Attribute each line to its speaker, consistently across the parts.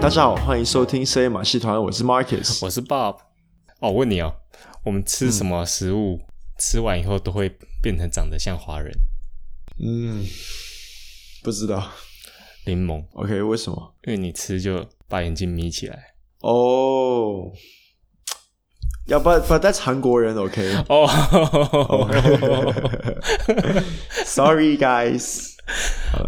Speaker 1: 大家好，欢迎收听深夜马戏团，我是 Marcus。
Speaker 2: 我是 Bob。哦，我问你哦，我们吃什么食物、吃完以后都会变成长得像华人？
Speaker 1: 嗯，不知道
Speaker 2: 柠檬，
Speaker 1: ，OK，为什么？
Speaker 2: 因为你吃就把眼睛眯起来。
Speaker 1: 哦，要不不，但是韩国人 OK。
Speaker 2: 哦，
Speaker 1: Sorry guys，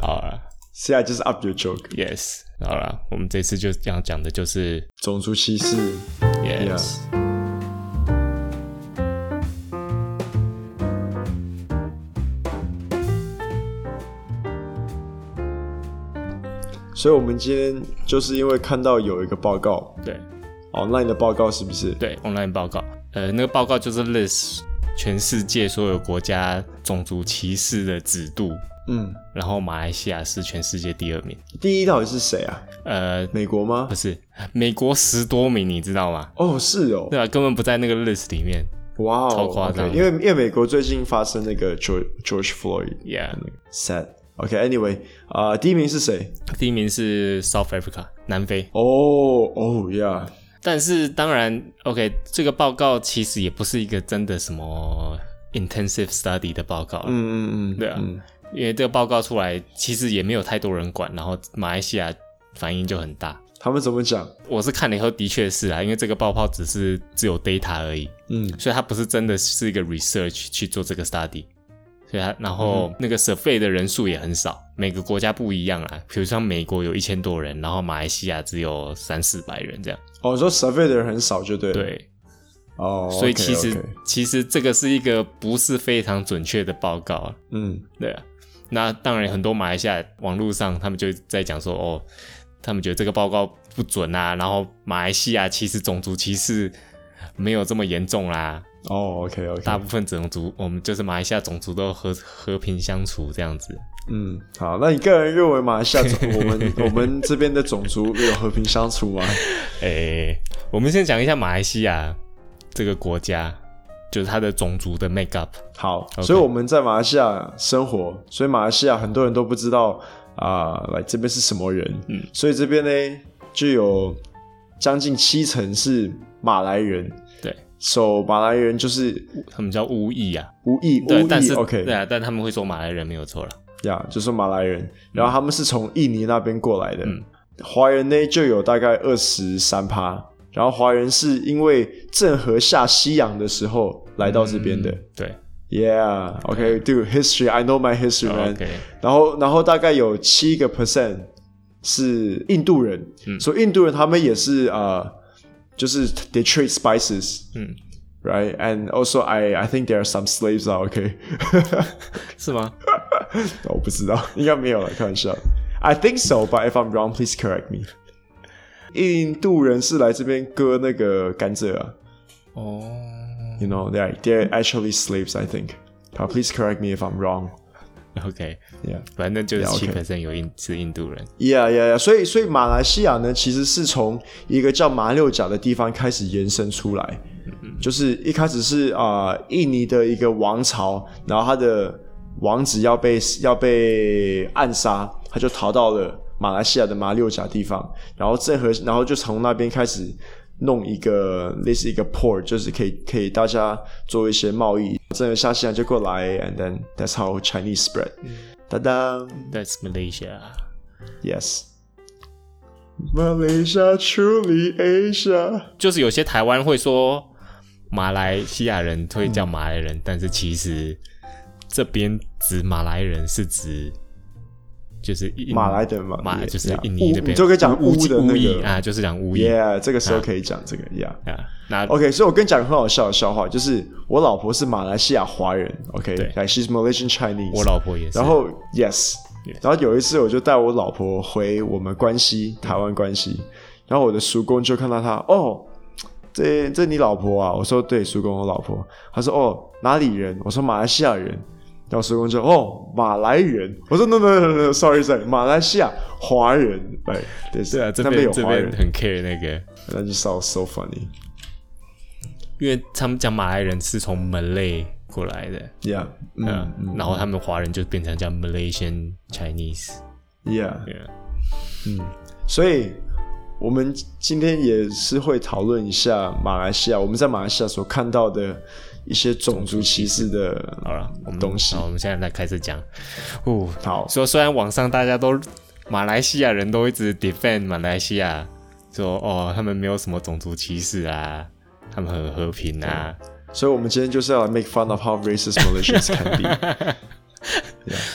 Speaker 2: 好了
Speaker 1: 现在就是 up your joke，
Speaker 2: ，Yes，好了，我们这次就这样讲的就是
Speaker 1: 种族歧视。
Speaker 2: Yes。
Speaker 1: 所以我们今天就是因为看到有一个报告
Speaker 2: 对
Speaker 1: ，online 的报告是不是？
Speaker 2: 对，online 报告，呃，那个报告就是 list 全世界所有国家种族歧视的指度，
Speaker 1: 嗯，
Speaker 2: 然后马来西亚是全世界第二名。
Speaker 1: 第一到底是谁啊？
Speaker 2: 呃，
Speaker 1: 美国吗
Speaker 2: 不？是，美国十多名，你知道吗？
Speaker 1: 哦，是哦，
Speaker 2: 对啊，根本不在那个 list 里面。
Speaker 1: 哇哦，
Speaker 2: 超夸张
Speaker 1: OK，因为因为美国最近发生那个 George George Floyd
Speaker 2: Yeah，
Speaker 1: sad。OK，Anyway，、啊，第一名是谁？
Speaker 2: 第一名是 South Africa 南非，
Speaker 1: 哦哦，Yeah，
Speaker 2: 但是当然，OK，这个报告其实也不是一个真的什么 intensive study 的报告，嗯，
Speaker 1: 嗯嗯嗯，
Speaker 2: 对啊
Speaker 1: 嗯
Speaker 2: 因为这个报告出来其实也没有太多人管，然后马来西亚反应就很大。
Speaker 1: 他们怎么讲？
Speaker 2: 我是看了以后，的确是啊，因为这个报告只是只有 data 而已，
Speaker 1: 嗯
Speaker 2: 所以它不是真的是一个 research 去做这个 study，所以它然
Speaker 1: 嗯
Speaker 2: 后那个 survey 的人数也很少，每个国家不一样啊，比如像美国有一千多人，然后马来西亚只有三四百人这样，
Speaker 1: 哦，说 survey 的人很少就对了，
Speaker 2: 对，
Speaker 1: 哦，
Speaker 2: 所以其实
Speaker 1: OK，OK
Speaker 2: 其实这个是一个不是非常准确的报告啊，
Speaker 1: 嗯，
Speaker 2: 对啊，那当然很多马来西亚网络上他们就在讲说哦，他们觉得这个报告不准啊，然后马来西亚其实种族歧视没有这么严重啦、
Speaker 1: 哦，OK OK，
Speaker 2: 大部分种族，我们就是马来西亚种族都和和平相处这样子。
Speaker 1: 嗯，好，那你个人认为马来西亚种 我们我们这边的种族有和平相处吗？
Speaker 2: 诶、我们先讲一下马来西亚这个国家，就是它的种族的 make up。
Speaker 1: 好所以我们在马来西亚生活，所以马来西亚很多人都不知道啊，来、这边是什么人，
Speaker 2: 嗯
Speaker 1: 所以这边呢就有将近七成是马来人，
Speaker 2: 对，
Speaker 1: so, 马来人就是
Speaker 2: 他们叫巫裔啊，
Speaker 1: 无意无
Speaker 2: 对，但
Speaker 1: 意
Speaker 2: 是
Speaker 1: OK
Speaker 2: 对啊，但他们会说马来人没有错了。
Speaker 1: 呀就是马来人，然后他们是从印尼那边过来的，
Speaker 2: 嗯
Speaker 1: 华人呢就有大概二十三趴，然后华人是因为郑和下西洋的时候来到这边的、
Speaker 2: 嗯对
Speaker 1: y e a h o k d u d e history, I know my history, man.、
Speaker 2: 哦，OK，
Speaker 1: 然后，然后大概有七个 percent 是印度人，
Speaker 2: 嗯
Speaker 1: 所以印度人他们也是呃，就是 they trade spices,
Speaker 2: 嗯，
Speaker 1: right? And also, I I think there are some slaves are okay.
Speaker 2: 是吗？
Speaker 1: 我不知道，应该没有了，开玩笑。I think so, but if I'm wrong, please correct me. 印度人是来这边割那个甘蔗啊
Speaker 2: 哦，
Speaker 1: ，you know, they they're actually slaves, I think. But please correct me if I'm wrong.
Speaker 2: OK，
Speaker 1: Yeah.
Speaker 2: 反正就是
Speaker 1: Yeah,
Speaker 2: 七
Speaker 1: OK
Speaker 2: 有印是印度人。
Speaker 1: Yeah, yeah, yeah. 所以，所以马来西亚呢，其实是从一个叫马六甲的地方开始延伸出来，就是一开始是啊、呃印尼的一个王朝，然后他的王子要被要被暗杀，他就逃到了马来西亚的马六甲地方，然后郑和，然后就从那边开始弄一个类似一个 port，就是可以可以大家做一些贸易。郑和下西洋就过来，and then that's how Chinese spread。哒哒。
Speaker 2: That's Malaysia。
Speaker 1: Yes. Malaysia, truly Asia.
Speaker 2: 就是有些台湾会说马来西亚人会叫马来人，但是其实这边指马来人是指就是印
Speaker 1: 马来的嘛
Speaker 2: 马
Speaker 1: yeah，
Speaker 2: 就是
Speaker 1: yeah
Speaker 2: 印尼那
Speaker 1: 乌你
Speaker 2: 边，
Speaker 1: 就可以讲
Speaker 2: 乌
Speaker 1: 乌的那
Speaker 2: 乌裔
Speaker 1: 个
Speaker 2: 啊，就是讲乌裔
Speaker 1: Yeah，这个时候可以讲这个 Yeah。
Speaker 2: 啊。那
Speaker 1: OK，所以我跟你讲个很好笑的笑话，就是我老婆是马来西亚华人，OK，
Speaker 2: 对
Speaker 1: 来、she's Malaysian Chinese。
Speaker 2: 我老婆也是，
Speaker 1: 然后 yes，
Speaker 2: Yes
Speaker 1: 然后有一次我就带我老婆回我们关西，台湾关西，然后我的叔公就看到她，哦，这这你老婆啊？我说对，叔公我老婆。他说哦，哪里人？我说马来西亚人。然后叔公就哦，马来人。我说 no no no no no，sorry sorry，马来西亚华人。对
Speaker 2: 对啊，这
Speaker 1: 那边
Speaker 2: 边
Speaker 1: 有
Speaker 2: 这
Speaker 1: 华
Speaker 2: 边
Speaker 1: 人，
Speaker 2: 很 care 那个，
Speaker 1: 那就 so so funny。
Speaker 2: 因为他们讲马来人是从 Malay 过来的，
Speaker 1: Yeah，嗯
Speaker 2: 嗯，然后他们华人就变成叫 Malaysian Chinese，
Speaker 1: ，Yeah。
Speaker 2: 对啊
Speaker 1: 所以我们今天也是会讨论一下马来西亚，我们在马来西亚所看到的一些种族歧视的
Speaker 2: 好了，我们
Speaker 1: 东西
Speaker 2: 好，。我们现在来开始讲。哦，
Speaker 1: 好，
Speaker 2: 说虽然网上大家都马来西亚人都一直 defend 马来西亚，说哦他们没有什么种族歧视啊，他们很和平啊。
Speaker 1: 所以我们今天就是要来 make fun of how racist Malaysians can be。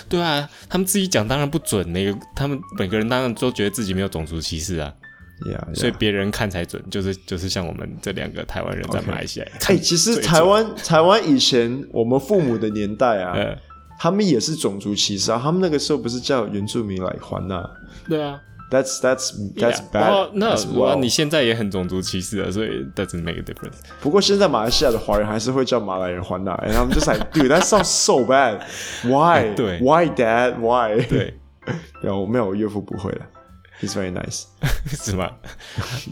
Speaker 2: 对啊，他们自己讲当然不准，每个他们每个人当然都觉得自己没有种族歧视啊，
Speaker 1: Yeah, yeah.
Speaker 2: 所以别人看才准，就是就是像我们这两个台湾人在马来西 亚
Speaker 1: 哎、
Speaker 2: 看
Speaker 1: 其实
Speaker 2: 最准
Speaker 1: 台湾台湾以前我们父母的年代啊，
Speaker 2: 呃，
Speaker 1: 他们也是种族歧视啊，他们那个时候不是叫原住民来还呐、
Speaker 2: 对啊
Speaker 1: t h a t s that's that's
Speaker 2: Yeah. 哦
Speaker 1: bad
Speaker 2: Well, no，
Speaker 1: as
Speaker 2: 哇
Speaker 1: well
Speaker 2: 你现在也很种族歧视啊，所以 doesn't make a difference。
Speaker 1: 不过现在马来西亚的华人还是会叫马来人还呐、然后他们就 like dude that sounds so bad why
Speaker 2: 对
Speaker 1: why dad why
Speaker 2: 对，
Speaker 1: 然后没有我岳父不会了，he's very nice
Speaker 2: 是 吗？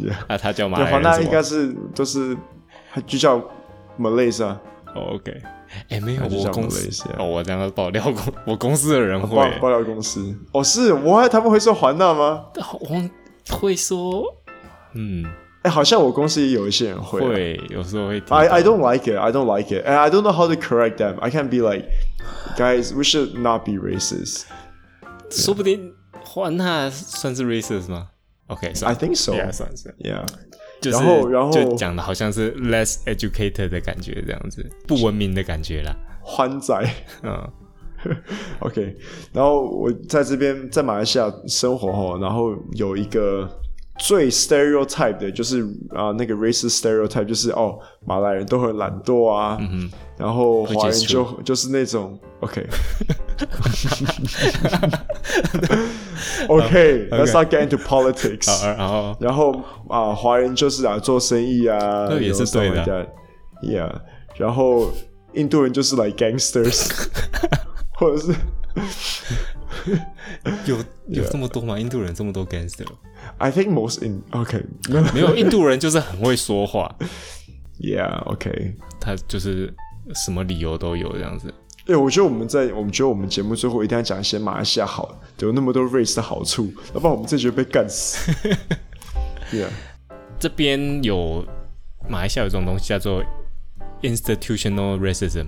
Speaker 1: yeah
Speaker 2: 啊，他叫马
Speaker 1: 对
Speaker 2: 来
Speaker 1: 还
Speaker 2: 人
Speaker 1: 呐
Speaker 2: 是
Speaker 1: 应
Speaker 2: 吗
Speaker 1: 该是都是就叫 Malays 啊，
Speaker 2: 哦，OK、o k 哎、没有，
Speaker 1: 他就叫
Speaker 2: 我公
Speaker 1: Malaysia
Speaker 2: 司哦，我这样爆料公，我公司的人会
Speaker 1: 爆，爆料公司哦是我他们会说还呐吗？
Speaker 2: 我会说，嗯，
Speaker 1: 哎、好像我公司也有一些人会啊、
Speaker 2: 会，有时候会听到。
Speaker 1: I I don't like it. I don't like it, and I don't know how to correct them. I can't be like, guys, we should not be racist.
Speaker 2: 说不定换那算是 racist 吗？OK，算
Speaker 1: I think so.
Speaker 2: Yeah，算是，
Speaker 1: Yeah.
Speaker 2: 就是
Speaker 1: 然后然后
Speaker 2: 就讲的好像是 less educated 的感觉，这样子，不文明的感觉啦。
Speaker 1: 欢仔
Speaker 2: 嗯，
Speaker 1: ，OK。然后我在这边在马来西亚生活后，然后有一个最 stereotype 的，就是啊、那个 racist stereotype，就是哦，马来人都很懒惰啊，然后华人就就是那种 OK。okay, let's not get into politics.
Speaker 2: 好然后
Speaker 1: 然后啊，华人就是啊做生意啊，
Speaker 2: 那也是对的
Speaker 1: y e a h 然后印度人就是来 gangsters，或者是
Speaker 2: 有有这么多吗？印度人这么多 gangster？
Speaker 1: I think most in OK
Speaker 2: 没有，印度人就是很会说话，
Speaker 1: yeah OK。
Speaker 2: 他就是什么理由都有这样子。
Speaker 1: 哎、我觉得我们在，我们觉得我们节目最后一定要讲一些马来西亚好，有那么多 race 的好处，要不然我们这局被干 死。yeah，
Speaker 2: 这边有马来西亚有一种东西叫做 institutional racism，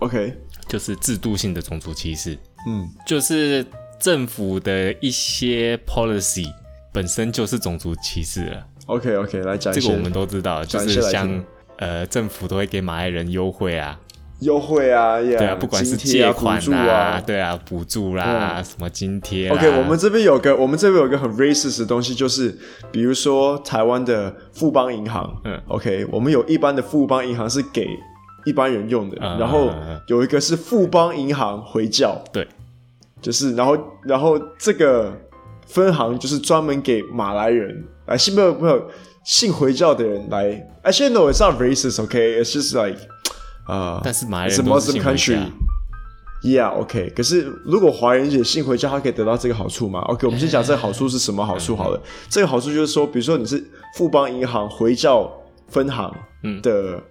Speaker 1: OK，
Speaker 2: 就是制度性的种族歧视，
Speaker 1: 嗯，
Speaker 2: 就是政府的一些 policy 本身就是种族歧视了。
Speaker 1: OK OK，来讲一
Speaker 2: 这个我
Speaker 1: 些
Speaker 2: 们都知道，就
Speaker 1: 转
Speaker 2: 是
Speaker 1: 身来
Speaker 2: 像
Speaker 1: 听
Speaker 2: 呃政府都会给马来人优惠啊，
Speaker 1: 优惠啊，Yeah，
Speaker 2: 对啊，不管是
Speaker 1: 哎津贴
Speaker 2: 借
Speaker 1: 啊
Speaker 2: 款
Speaker 1: 补助啊，嗯
Speaker 2: 对啊，补助啦，什么津贴啦
Speaker 1: OK，我们这边有个我们这边有个很 racist 的东西，就是比如说台湾的富邦银行，
Speaker 2: 嗯
Speaker 1: ，OK，我们有一般的富邦银行是给一般人用的，
Speaker 2: 嗯
Speaker 1: 然后
Speaker 2: 嗯嗯
Speaker 1: 有一个是富邦银行回教，
Speaker 2: 对
Speaker 1: 就是然后然后这个分行就是专门给马来人，啊，信没有没有信回教的人来，actually 哎 no it's not racist OK，it's just like 啊、
Speaker 2: 但是马来
Speaker 1: It's a
Speaker 2: 人都
Speaker 1: Muslim
Speaker 2: 是信回家
Speaker 1: country。Yeah, OK。可是如果华人也信回教，他可以得到这个好处吗？OK，我们先讲这个好处是什么好处好
Speaker 2: 嗯
Speaker 1: 了。这个好处就是说，比如说你是富邦银行回教分行的、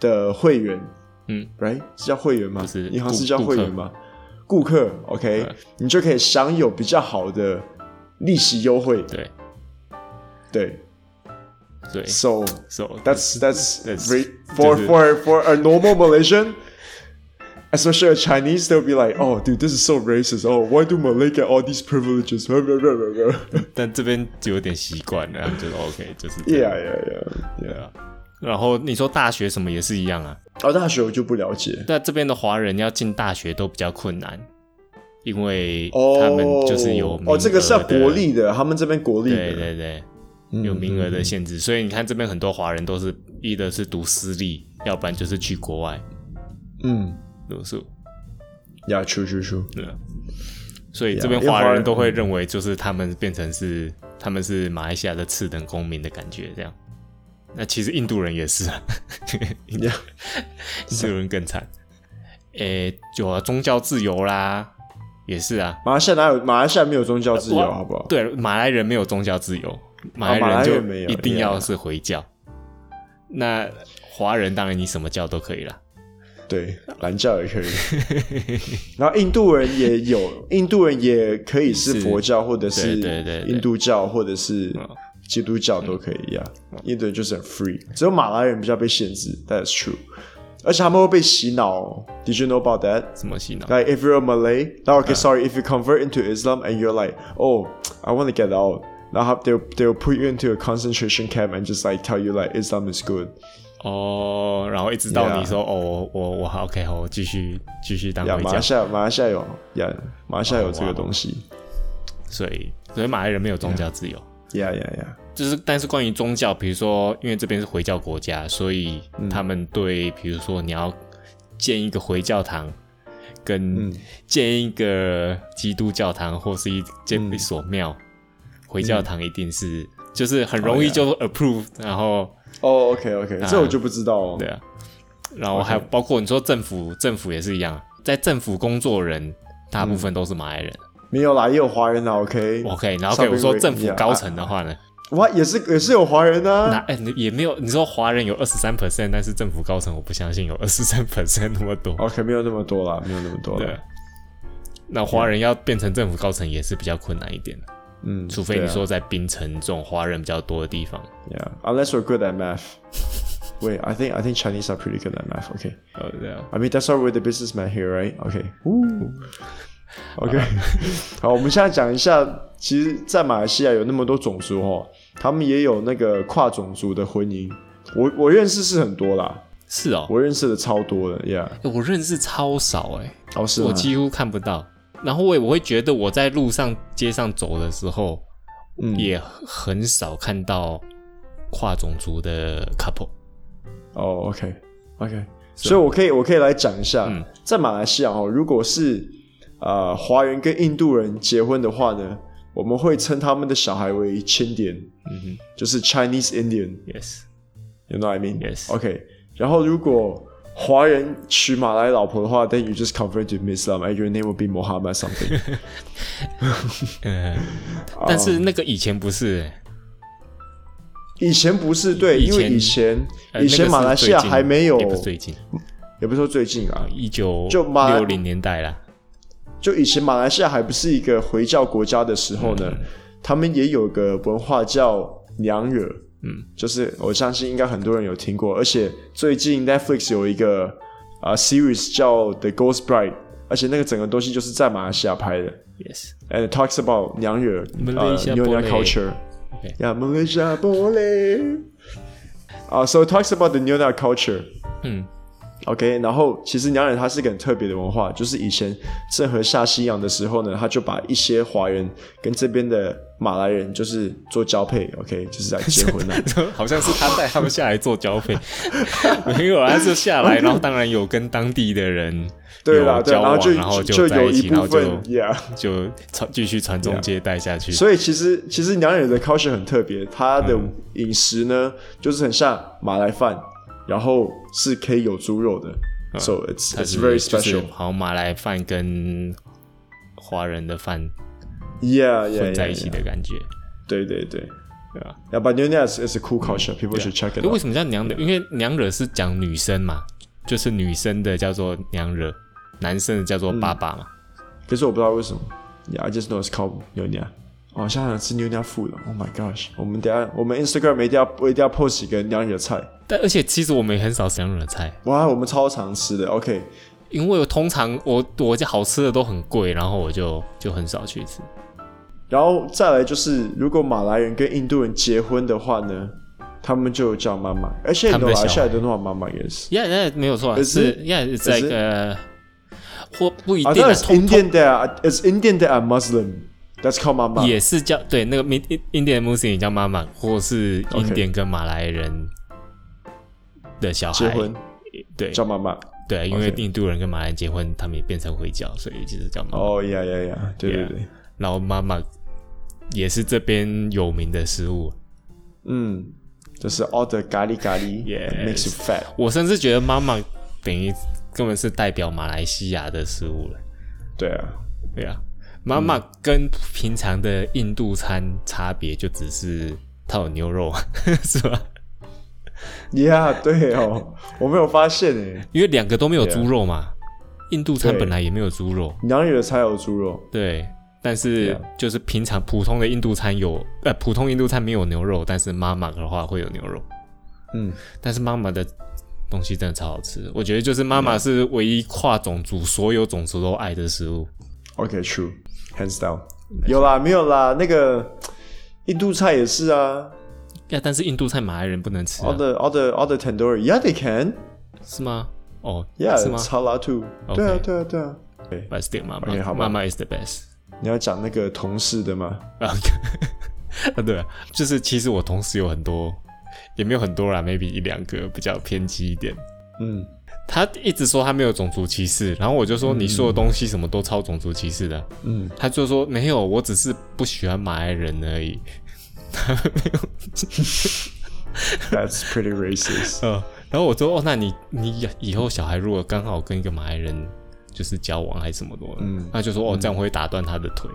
Speaker 1: 的会员，
Speaker 2: 嗯
Speaker 1: ，Right 是叫会员吗？
Speaker 2: 不是
Speaker 1: 银行
Speaker 2: 顾
Speaker 1: 是叫会员吗？顾客，OK，、你就可以享有比较好的利息优惠。
Speaker 2: 对
Speaker 1: 对
Speaker 2: 对
Speaker 1: ，So
Speaker 2: ，so
Speaker 1: That's that's
Speaker 2: That's-
Speaker 1: very, for
Speaker 2: 就是
Speaker 1: for for a normal Malaysian, especially a Chinese, they'll be like, "Oh, dude, this is so racist. Oh, why do Malay get all these privileges?" yeah, yeah,
Speaker 2: 但这边就有点习惯了，然后觉得 OK，就是这样
Speaker 1: yeah, yeah.
Speaker 2: 啊然后你说大学什么也是一样啊，
Speaker 1: 哦，大学我就不了解。
Speaker 2: 那这边的华人要进大学都比较困难，因为
Speaker 1: 哦，
Speaker 2: 他们就是有名额
Speaker 1: 哦，这个是要
Speaker 2: 的
Speaker 1: 国，立的，他们这边国立
Speaker 2: 对
Speaker 1: 的。嗯
Speaker 2: 对对，有名额的限制，所以你看这边很多华人都是一的是读私立，要不然就是去国外
Speaker 1: 嗯，
Speaker 2: 读书，
Speaker 1: 呀，出出出。
Speaker 2: 对啊。所以这边
Speaker 1: 因为华
Speaker 2: 华
Speaker 1: 人
Speaker 2: 人都会认为，就是他们变成是他们是马来西亚的次等公民的感觉，这样。那其实印度人也是啊，印度
Speaker 1: Yeah.
Speaker 2: 印度人更惨。诶、有啊，宗教自由啦，也是啊。
Speaker 1: 马来西亚哪有？马来西亚没有宗教自由，
Speaker 2: 哇
Speaker 1: 好不好？
Speaker 2: 对，马来人没有宗教自由，马
Speaker 1: 啊马
Speaker 2: 来
Speaker 1: 来人
Speaker 2: 人
Speaker 1: 没有
Speaker 2: 就一定
Speaker 1: yeah
Speaker 2: 要是回教。那华人当然你什么教都可以啦。
Speaker 1: 对，蓝教也可 以。然后印度人也有，印度人也可以是佛教或者是
Speaker 2: 对对对对
Speaker 1: 印度教或者是基督教都可以呀、印度人就是很 free，只有马来人比较被限制，That's true。而且他们会被洗脑哦，Did you know about that？
Speaker 2: 什么洗脑？
Speaker 1: Like if you're a Malay, now okay, sorry, if you convert into Islam and you're like, oh, I want to get out, now how- they'll they'll put you into a concentration camp and just like tell you like Islam is good.
Speaker 2: 哦，然后一直到你说哦，我我我好 OK，好，我继续继续当
Speaker 1: 呀，
Speaker 2: 回
Speaker 1: 马
Speaker 2: 家
Speaker 1: 来。西亚马来西亚有呀，马来西亚有这个东西。
Speaker 2: 所以所以马来人没有宗教自由。
Speaker 1: 呀呀呀，
Speaker 2: 就是，但是关于宗教，比如说，因为这边是回教国家，所以他们对，比如说你要建一个回教堂，跟建一个基督教堂，或是一建一所庙，回教堂一定是就是很容易就 approve，然后
Speaker 1: 哦，OK OK，这我就不知道哦
Speaker 2: 对。啊，然后还有包括你说政府，政府也是一样，在政府工作人大部分都是马来人。
Speaker 1: 没有啦，也有华人啦，OK。啊
Speaker 2: OK，然后比如
Speaker 1: 上
Speaker 2: 说
Speaker 1: 面
Speaker 2: 政府
Speaker 1: 呀
Speaker 2: 高层的话呢，
Speaker 1: 哇，也是也是有华人
Speaker 2: 那
Speaker 1: 啊。
Speaker 2: 哎、你也没有，你说华人有二十三 percent，但是政府高层我不相信有二十三 percent 那么多。
Speaker 1: OK，没有那么多啦，没有那么多
Speaker 2: 对
Speaker 1: 啦。，
Speaker 2: 那华人要变成政府高层也是比较困难一点的，
Speaker 1: 嗯，
Speaker 2: 除非
Speaker 1: 对
Speaker 2: 你
Speaker 1: 啊
Speaker 2: 说在槟城这种华人比较多的地方。
Speaker 1: Yeah, unless we're good at math. Wait, I think I think Chinese are pretty good at math. Okay.
Speaker 2: 呃，对啊，
Speaker 1: I mean, that's why we're the businessman here, right? Okay. OK，好， 我们现在讲一下，其实，在马来西亚有那么多种族哦，他们也有那个跨种族的婚姻。我我认识是很多啦，
Speaker 2: 是哦，
Speaker 1: 我认识的超多的，Yeah，
Speaker 2: 哎我认识超少哎、
Speaker 1: 哦是吗
Speaker 2: 我几乎看不到。然后我也我会觉得我在路上街上走的时候，
Speaker 1: 嗯
Speaker 2: 也很少看到跨种族的 couple。
Speaker 1: 哦，OK，OK、o k OK，所以我可以我可以来讲一下，在马来西亚哦，如果是呃华人跟印度人结婚的话呢，我们会称他们的小孩为钦点，
Speaker 2: 嗯哼
Speaker 1: 就是 Chinese Indian。
Speaker 2: ，yes，
Speaker 1: You know what I mean?
Speaker 2: Yes.
Speaker 1: Okay. 然后如果华人娶马来老婆的话，then you just convert to Islam and your name will be Muhammad something.
Speaker 2: 嗯、
Speaker 1: 哦
Speaker 2: 但是那个以前不是、欸。
Speaker 1: 以前不是对，
Speaker 2: 以
Speaker 1: 因
Speaker 2: 前
Speaker 1: 为以前
Speaker 2: 呃
Speaker 1: 以前马来西亚还没有
Speaker 2: 那，个是最近也不是
Speaker 1: 也不是说最近啊
Speaker 2: 最，近，一九
Speaker 1: 就马
Speaker 2: 六零年代啦。
Speaker 1: 就以前马来西亚还不是一个回教国家的时候呢，
Speaker 2: 嗯
Speaker 1: 他们也有个文化叫娘惹，
Speaker 2: 嗯，
Speaker 1: 就是我相信应该很多人有听过，而且最近 Netflix 有一个啊、呃 series 叫 The Ghost Bride，而且那个整个东西就是在马来西亚拍的。
Speaker 2: Yes，
Speaker 1: and it talks about 娘惹 uh,
Speaker 2: Malaysia
Speaker 1: Nyonya
Speaker 2: boleh.
Speaker 1: culture.
Speaker 2: Okay.
Speaker 1: Yeah, Malaysia boleh. Uh, so it talks about the Nyonya culture.
Speaker 2: 嗯
Speaker 1: OK，然后其实娘惹它是一个很特别的文化，就是以前郑和下西洋的时候呢，他就把一些华人跟这边的马来人就是做交配，OK，就是来结婚啊 了。
Speaker 2: 好像是他带他们下来做交 配，没有，他是下来，然后当然有跟当地的人
Speaker 1: 对
Speaker 2: 有
Speaker 1: 啦，对，
Speaker 2: 交
Speaker 1: 然后
Speaker 2: 往，
Speaker 1: 就
Speaker 2: 然后
Speaker 1: 就
Speaker 2: 在
Speaker 1: 有
Speaker 2: 一
Speaker 1: 一
Speaker 2: 起，然
Speaker 1: 部
Speaker 2: 后
Speaker 1: 分
Speaker 2: 就
Speaker 1: ，Yeah。
Speaker 2: 就传继续传宗接代下去。
Speaker 1: 所以其实其实娘惹的 culture 很特别，它的
Speaker 2: 嗯
Speaker 1: 饮食呢、就是很像马来饭，然后是可以有猪肉的、s o it's
Speaker 2: 嗯它
Speaker 1: it's
Speaker 2: 是
Speaker 1: very
Speaker 2: 就是
Speaker 1: special，yeah
Speaker 2: 好像马来饭跟华人的饭
Speaker 1: yeah, yeah,
Speaker 2: 混在一起
Speaker 1: yeah.
Speaker 2: 的感觉，
Speaker 1: 对对对
Speaker 2: 对啊吧？
Speaker 1: ，Yeah but you know it's it's a cool culture, people should check it
Speaker 2: 诶为
Speaker 1: out。
Speaker 2: 什么叫娘惹？因为娘惹是讲女生嘛，就是女生的叫做娘惹，男生的叫
Speaker 1: 嗯
Speaker 2: 做爸爸嘛。
Speaker 1: 可是我不知道为什么，Yeah I just know it's called 牛奶。哦，现在想吃牛奶富了，Oh my gosh！我们等一下我们 Instagram 一定要我一定要 post 一个娘惹菜，
Speaker 2: 但而且其实我们也很少吃娘惹的菜，
Speaker 1: 哇，我们超常吃的，OK。
Speaker 2: 因为我通常我我家好吃的都很贵，然后我就就很少去吃。
Speaker 1: 然后再来就是，如果马来人跟印度人结婚的话呢，他们就叫妈妈，而且
Speaker 2: 他
Speaker 1: 马
Speaker 2: 们
Speaker 1: 来
Speaker 2: 的
Speaker 1: 西亚
Speaker 2: 小孩
Speaker 1: 人都叫妈妈也是。
Speaker 2: Yeah, yeah，没有错啊，
Speaker 1: Is
Speaker 2: 是
Speaker 1: it?
Speaker 2: Yeah, it's
Speaker 1: Is
Speaker 2: like
Speaker 1: it?
Speaker 2: 呃，或不一
Speaker 1: 啊，
Speaker 2: 定
Speaker 1: 那
Speaker 2: 啊，
Speaker 1: it's
Speaker 2: 通通
Speaker 1: Indian that are, it's Indian that are Muslim. That's called 妈妈。
Speaker 2: 也是叫对那个 Mid- Indian Muslim 叫妈妈，或是
Speaker 1: OK
Speaker 2: 印甸跟马来人的小
Speaker 1: 结
Speaker 2: 孩
Speaker 1: 婚
Speaker 2: 对
Speaker 1: 叫妈妈。
Speaker 2: 对，因为
Speaker 1: OK
Speaker 2: 印度人跟马来人结婚，他们也变成回教，所以就是叫妈妈。
Speaker 1: 哦呀呀
Speaker 2: 啊
Speaker 1: 呀，对对对，
Speaker 2: 然后妈妈也是这边有名的食物。
Speaker 1: 嗯，就是 all the 咖喱咖喱
Speaker 2: Yes
Speaker 1: makes you fat。
Speaker 2: 我甚至觉得妈妈等于根本是代表马来西亚的食物了。
Speaker 1: 对啊，
Speaker 2: 对啊，妈妈跟平常的印度餐差别就只是它有牛肉， 是吧？
Speaker 1: 呀， 对哦，我没有发现欸诶，
Speaker 2: 因为两个都没有猪肉嘛。印度餐本来也没有猪肉，
Speaker 1: 娘惹才有猪肉。
Speaker 2: 对，但是
Speaker 1: Yeah
Speaker 2: 就是平常普通的印度餐有，呃，普通印度餐没有牛肉，但是妈妈的话会有牛肉。
Speaker 1: 嗯，
Speaker 2: 但是妈妈的东西真的超好吃，我觉得就是妈妈是唯一跨种族、所有种族都爱的食物。
Speaker 1: OK，true，hands down。有啦，没有啦，那个印度菜也是啊
Speaker 2: 呀，但是印度菜马来人不能吃、啊
Speaker 1: ，all the all the all the tandoori，yeah they can，yeah
Speaker 2: 是吗？哦是吗
Speaker 1: 超拉兔，
Speaker 2: OK
Speaker 1: 对啊对啊对啊。对，
Speaker 2: ？But still，妈妈
Speaker 1: OK，好吧
Speaker 2: 妈妈 is the best。
Speaker 1: 你要讲那个同事的吗？
Speaker 2: 啊，对啊，就是其实我同时有很多，也没有很多啦，maybe 一两个比较偏激一点。
Speaker 1: 嗯，
Speaker 2: 他一直说他没有种族歧视，然后我就说你说的东西什么都超种族歧视的，
Speaker 1: 嗯，
Speaker 2: 他就说没有，我只是不喜欢马来人而已。
Speaker 1: That's pretty racist.
Speaker 2: 呃，然后我说哦，那你你以以后小孩如果刚好跟一个马来人就是交往还是什么的，嗯，他就说哦，这样会打断他的腿。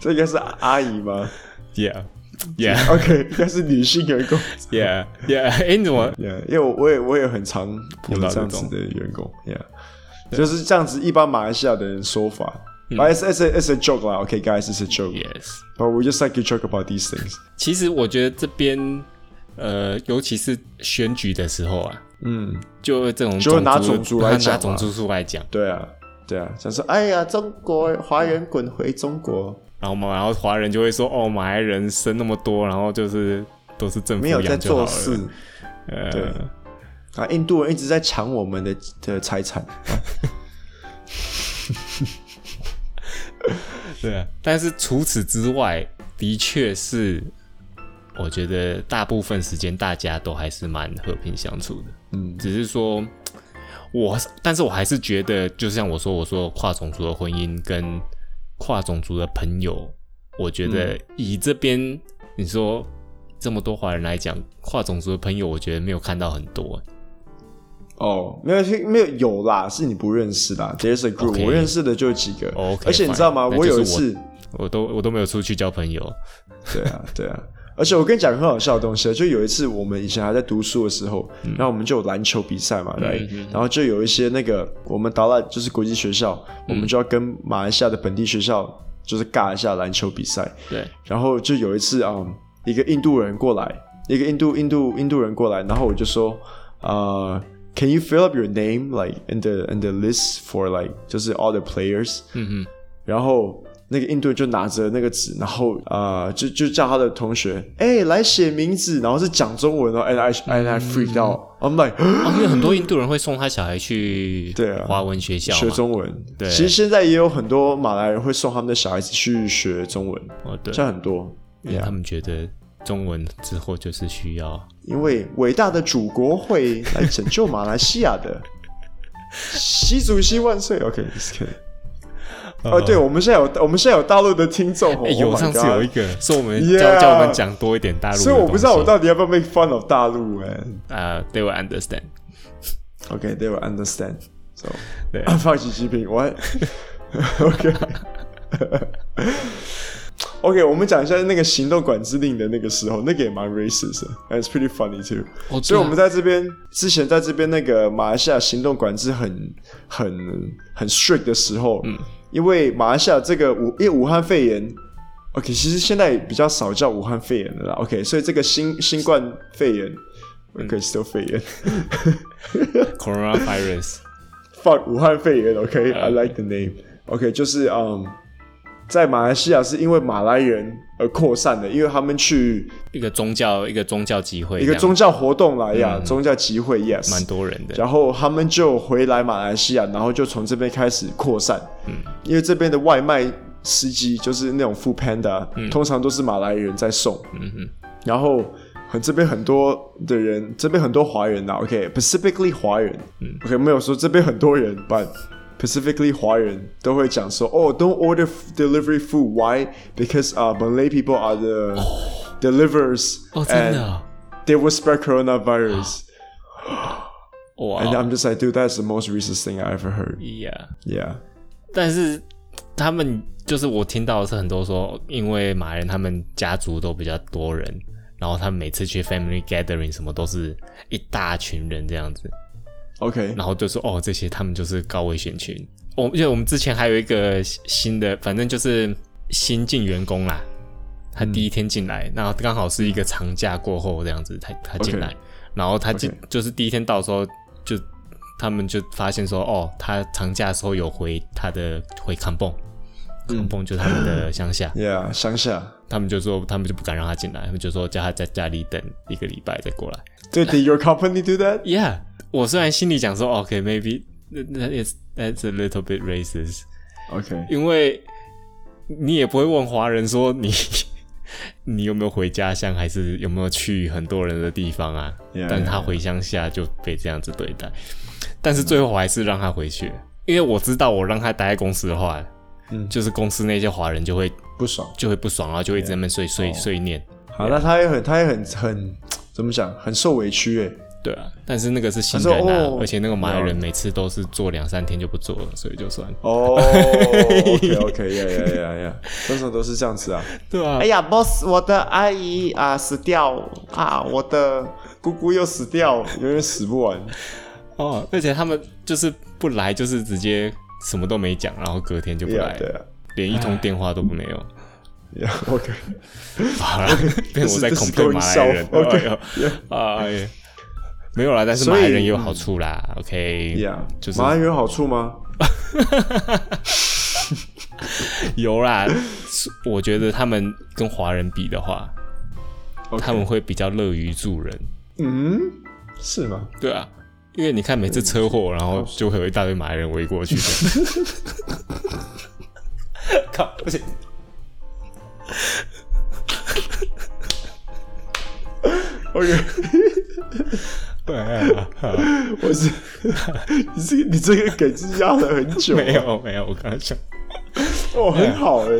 Speaker 1: 这应该是阿姨吗
Speaker 2: Yeah, yeah,
Speaker 1: ？OK，应该是女性员工。
Speaker 2: yeah, yeah。哎， 你怎么
Speaker 1: Yeah，因为我我也我也很常碰到这样子的员工，Yeah，就是这样子一般马来西亚的人说法。But it's it's a, it's a joke 啦，OK guys, it's a joke.
Speaker 2: ？Yes。
Speaker 1: But we just like to joke about these things.
Speaker 2: 其实我觉得这边，呃，尤其是选举的时候啊，
Speaker 1: 嗯，
Speaker 2: 就这种
Speaker 1: 就拿种族来
Speaker 2: 拿
Speaker 1: 讲
Speaker 2: 种
Speaker 1: 嘛
Speaker 2: 族数来讲，
Speaker 1: 对啊，对啊，想说哎呀，中国华人滚回中国，
Speaker 2: 然后嘛，然后华人就会说哦，马来人生那么多，然后就是都是政府
Speaker 1: 没有在
Speaker 2: 养就
Speaker 1: 做
Speaker 2: 好了
Speaker 1: 事。
Speaker 2: 呃，
Speaker 1: 对啊，印度人一直在抢我们的的财产。
Speaker 2: 对啊，但是除此之外，的确是，我觉得大部分时间大家都还是蛮和平相处的。
Speaker 1: 嗯
Speaker 2: 只是说，我，但是我还是觉得，就像我说，我说跨种族的婚姻跟跨种族的朋友，我觉得以这边、你说这么多华人来讲，跨种族的朋友，我觉得没有看到很多。
Speaker 1: 哦，没有没有有啦，是你不认识啦。There's a group，、
Speaker 2: OK 哦
Speaker 1: 我认识的就几个
Speaker 2: OK，
Speaker 1: 而且你知道吗？
Speaker 2: fine，
Speaker 1: 我
Speaker 2: 那就
Speaker 1: 有
Speaker 2: 是
Speaker 1: 一
Speaker 2: 我
Speaker 1: 次。
Speaker 2: 我都我都没有出去交朋友，
Speaker 1: 对啊，对啊。而且我跟你讲个很好笑的东西啊，就有一次我们以前还在读书的时候，
Speaker 2: 嗯
Speaker 1: 然后我们就有篮球比赛嘛，对、然后就有一些那个我们导览就是国际学校，
Speaker 2: 嗯
Speaker 1: 我们就要跟马来西亚的本地学校就是尬一下篮球比赛，
Speaker 2: 对，
Speaker 1: 然后就有一次啊、嗯一个印度人过来，一个印度印度印度人过来，然后我就说，呃，Can you fill up your name like in the in the list for like 就是 all the players？
Speaker 2: 嗯哼，
Speaker 1: 然后那个印度人就拿着那个纸，然后啊、呃就就叫他的同学，哎、来写名字，然后是讲中文哦，and I and I freaked out，I'm like
Speaker 2: 哦，因为很多印度人会送他小孩去
Speaker 1: 对啊
Speaker 2: 华文学校
Speaker 1: 学
Speaker 2: 嘛，
Speaker 1: 中文。
Speaker 2: 对
Speaker 1: 其实现在也有很多马来人会送他们的小孩子去学中文，
Speaker 2: 哦，对，
Speaker 1: 现在很多。
Speaker 2: 因为他们觉得中文之后就是需要
Speaker 1: 因为伟大的祖国会来拯救马来西亚的，习主席万岁！OK，哦，对，我们现在有我们现在有大陆的听众，
Speaker 2: 呃啊哎、
Speaker 1: 哦
Speaker 2: 有
Speaker 1: Oh my
Speaker 2: 上次
Speaker 1: God
Speaker 2: 有一个说我们
Speaker 1: Yeah
Speaker 2: 叫叫我们讲多一点大陆的东西，
Speaker 1: 所以我不知道我到底要不要 make fun of 大陆哎、
Speaker 2: 呃、t h e y will understand。
Speaker 1: Okay, they will understand. So，
Speaker 2: 对
Speaker 1: 放弃批评， 我 OK。OK，我们讲一下那个行动管制令的那个时候，那个也蛮 racist 的，and it's pretty funny too。
Speaker 2: 哦对啊
Speaker 1: 所以我们在这边之前在这边那个马来西亚行动管制很很很 strict 的时候，
Speaker 2: 嗯
Speaker 1: 因为马来西亚这个武因为武汉肺炎，OK，其实现在比较少叫武汉肺炎了啦，OK，所以这个新新冠肺炎，OK，still、肺
Speaker 2: 嗯
Speaker 1: 炎。
Speaker 2: Coronavirus，
Speaker 1: fuck 武汉肺炎，OK，I、like the name，OK，、就是嗯在马来西亚是因为马来人而扩散的，因为他们去
Speaker 2: 一个宗教一个宗教集会，
Speaker 1: 一个宗教活动来呀，宗教集会，yes，
Speaker 2: 蛮多人的，
Speaker 1: 然后他们就回来马来西亚，然后就从这边开始扩散。嗯，因为这边的外卖司机就是那种 Food Panda，、通常都是马来人在送。嗯嗯，然后很这边很多的人，这边很多华人呐、o k p a c i f i c a l l y 华人。嗯，OK，没有说这边很多人，but specifically 华人都会讲说，哦、d o n t order delivery food. Why? Because 啊、Malay people are the delivers.
Speaker 2: 哦，真的啊、
Speaker 1: and They will spread coronavirus.
Speaker 2: 哇
Speaker 1: And I'm just like, dude, that's the most racist thing I ever heard.
Speaker 2: ，Yeah，
Speaker 1: Yeah.
Speaker 2: 但是他们就是我听到的是很多说，因为马来人他们家族都比较多人，然后他们每次去 family gathering 什么都是一大群人这样子，
Speaker 1: OK，
Speaker 2: 然后就说哦，这些他们就是高危险群。我因为我们之前还有一个新的，反正就是新进员工啦，他第一天进来，
Speaker 1: 嗯
Speaker 2: 然后刚好是一个长假过后这样子，他他进来
Speaker 1: OK
Speaker 2: 然后他进
Speaker 1: OK
Speaker 2: 就是第一天到的时候就他们就发现说哦，他长假的时候有回他的回康蹦，
Speaker 1: 嗯
Speaker 2: 康蹦就是他们的乡下，
Speaker 1: ，Yeah，乡下，
Speaker 2: 他们就说他们就不敢让他进来，他们就说叫他在家里等一个礼拜再过来。
Speaker 1: 对，Did your company do that？
Speaker 2: Yeah，我虽然心里讲说哦 OK，maybe、that is that's a little bit racist，
Speaker 1: OK，
Speaker 2: 因为你也不会问华人说你 你有没有回家乡，还是有没有去很多人的地方啊
Speaker 1: Yeah,
Speaker 2: 但他回乡下就被这样子对待，但是最后我还是让他回去，因为我知道我让他待在公司的话，
Speaker 1: 嗯
Speaker 2: 就是公司那些华人就会
Speaker 1: 不爽。
Speaker 2: 就会不爽，然后就会一直在那边
Speaker 1: 哦
Speaker 2: 碎碎碎念。
Speaker 1: 好，那他也很，他也很很怎么讲，很受委屈哎。
Speaker 2: 对啊，但是那个是新
Speaker 1: 他说
Speaker 2: 人啊，
Speaker 1: 哦
Speaker 2: 而且那个马来人每次都是做两三天就不做了，所以就算。
Speaker 1: 哦，OK OK，Yeah Yeah Yeah Yeah，通常都是这样子啊。
Speaker 2: 对啊
Speaker 1: 哎，呀，boss，我的阿姨啊死掉啊，我的姑姑又死掉，永远死不完。
Speaker 2: 哦，而且他们就是不来，就是直接什么都没讲，然后隔天就不
Speaker 1: Yeah，
Speaker 2: 来，
Speaker 1: 对啊
Speaker 2: 连一通电话都没有。
Speaker 1: ，Yeah OK，哎
Speaker 2: 好了，变我在
Speaker 1: 这是
Speaker 2: 恐吓马来人。
Speaker 1: 这是 going south，
Speaker 2: 啊，哎呀没有啦，但是马来人也有好处啦。OK，
Speaker 1: 呀，
Speaker 2: 就是
Speaker 1: 马来人有好处吗？
Speaker 2: 有啦。是我觉得他们跟华人比的话
Speaker 1: OK
Speaker 2: 他们会比较乐于助人。
Speaker 1: 嗯，是吗？
Speaker 2: 对啊，因为你看每次车祸，然后就会有一大堆马来人围 过去。 靠，不行！
Speaker 1: OK，
Speaker 2: 对 啊，
Speaker 1: 我是 你这个你这个梗是压了很久，
Speaker 2: 没有没有，我刚刚想，
Speaker 1: 哦，很好哎、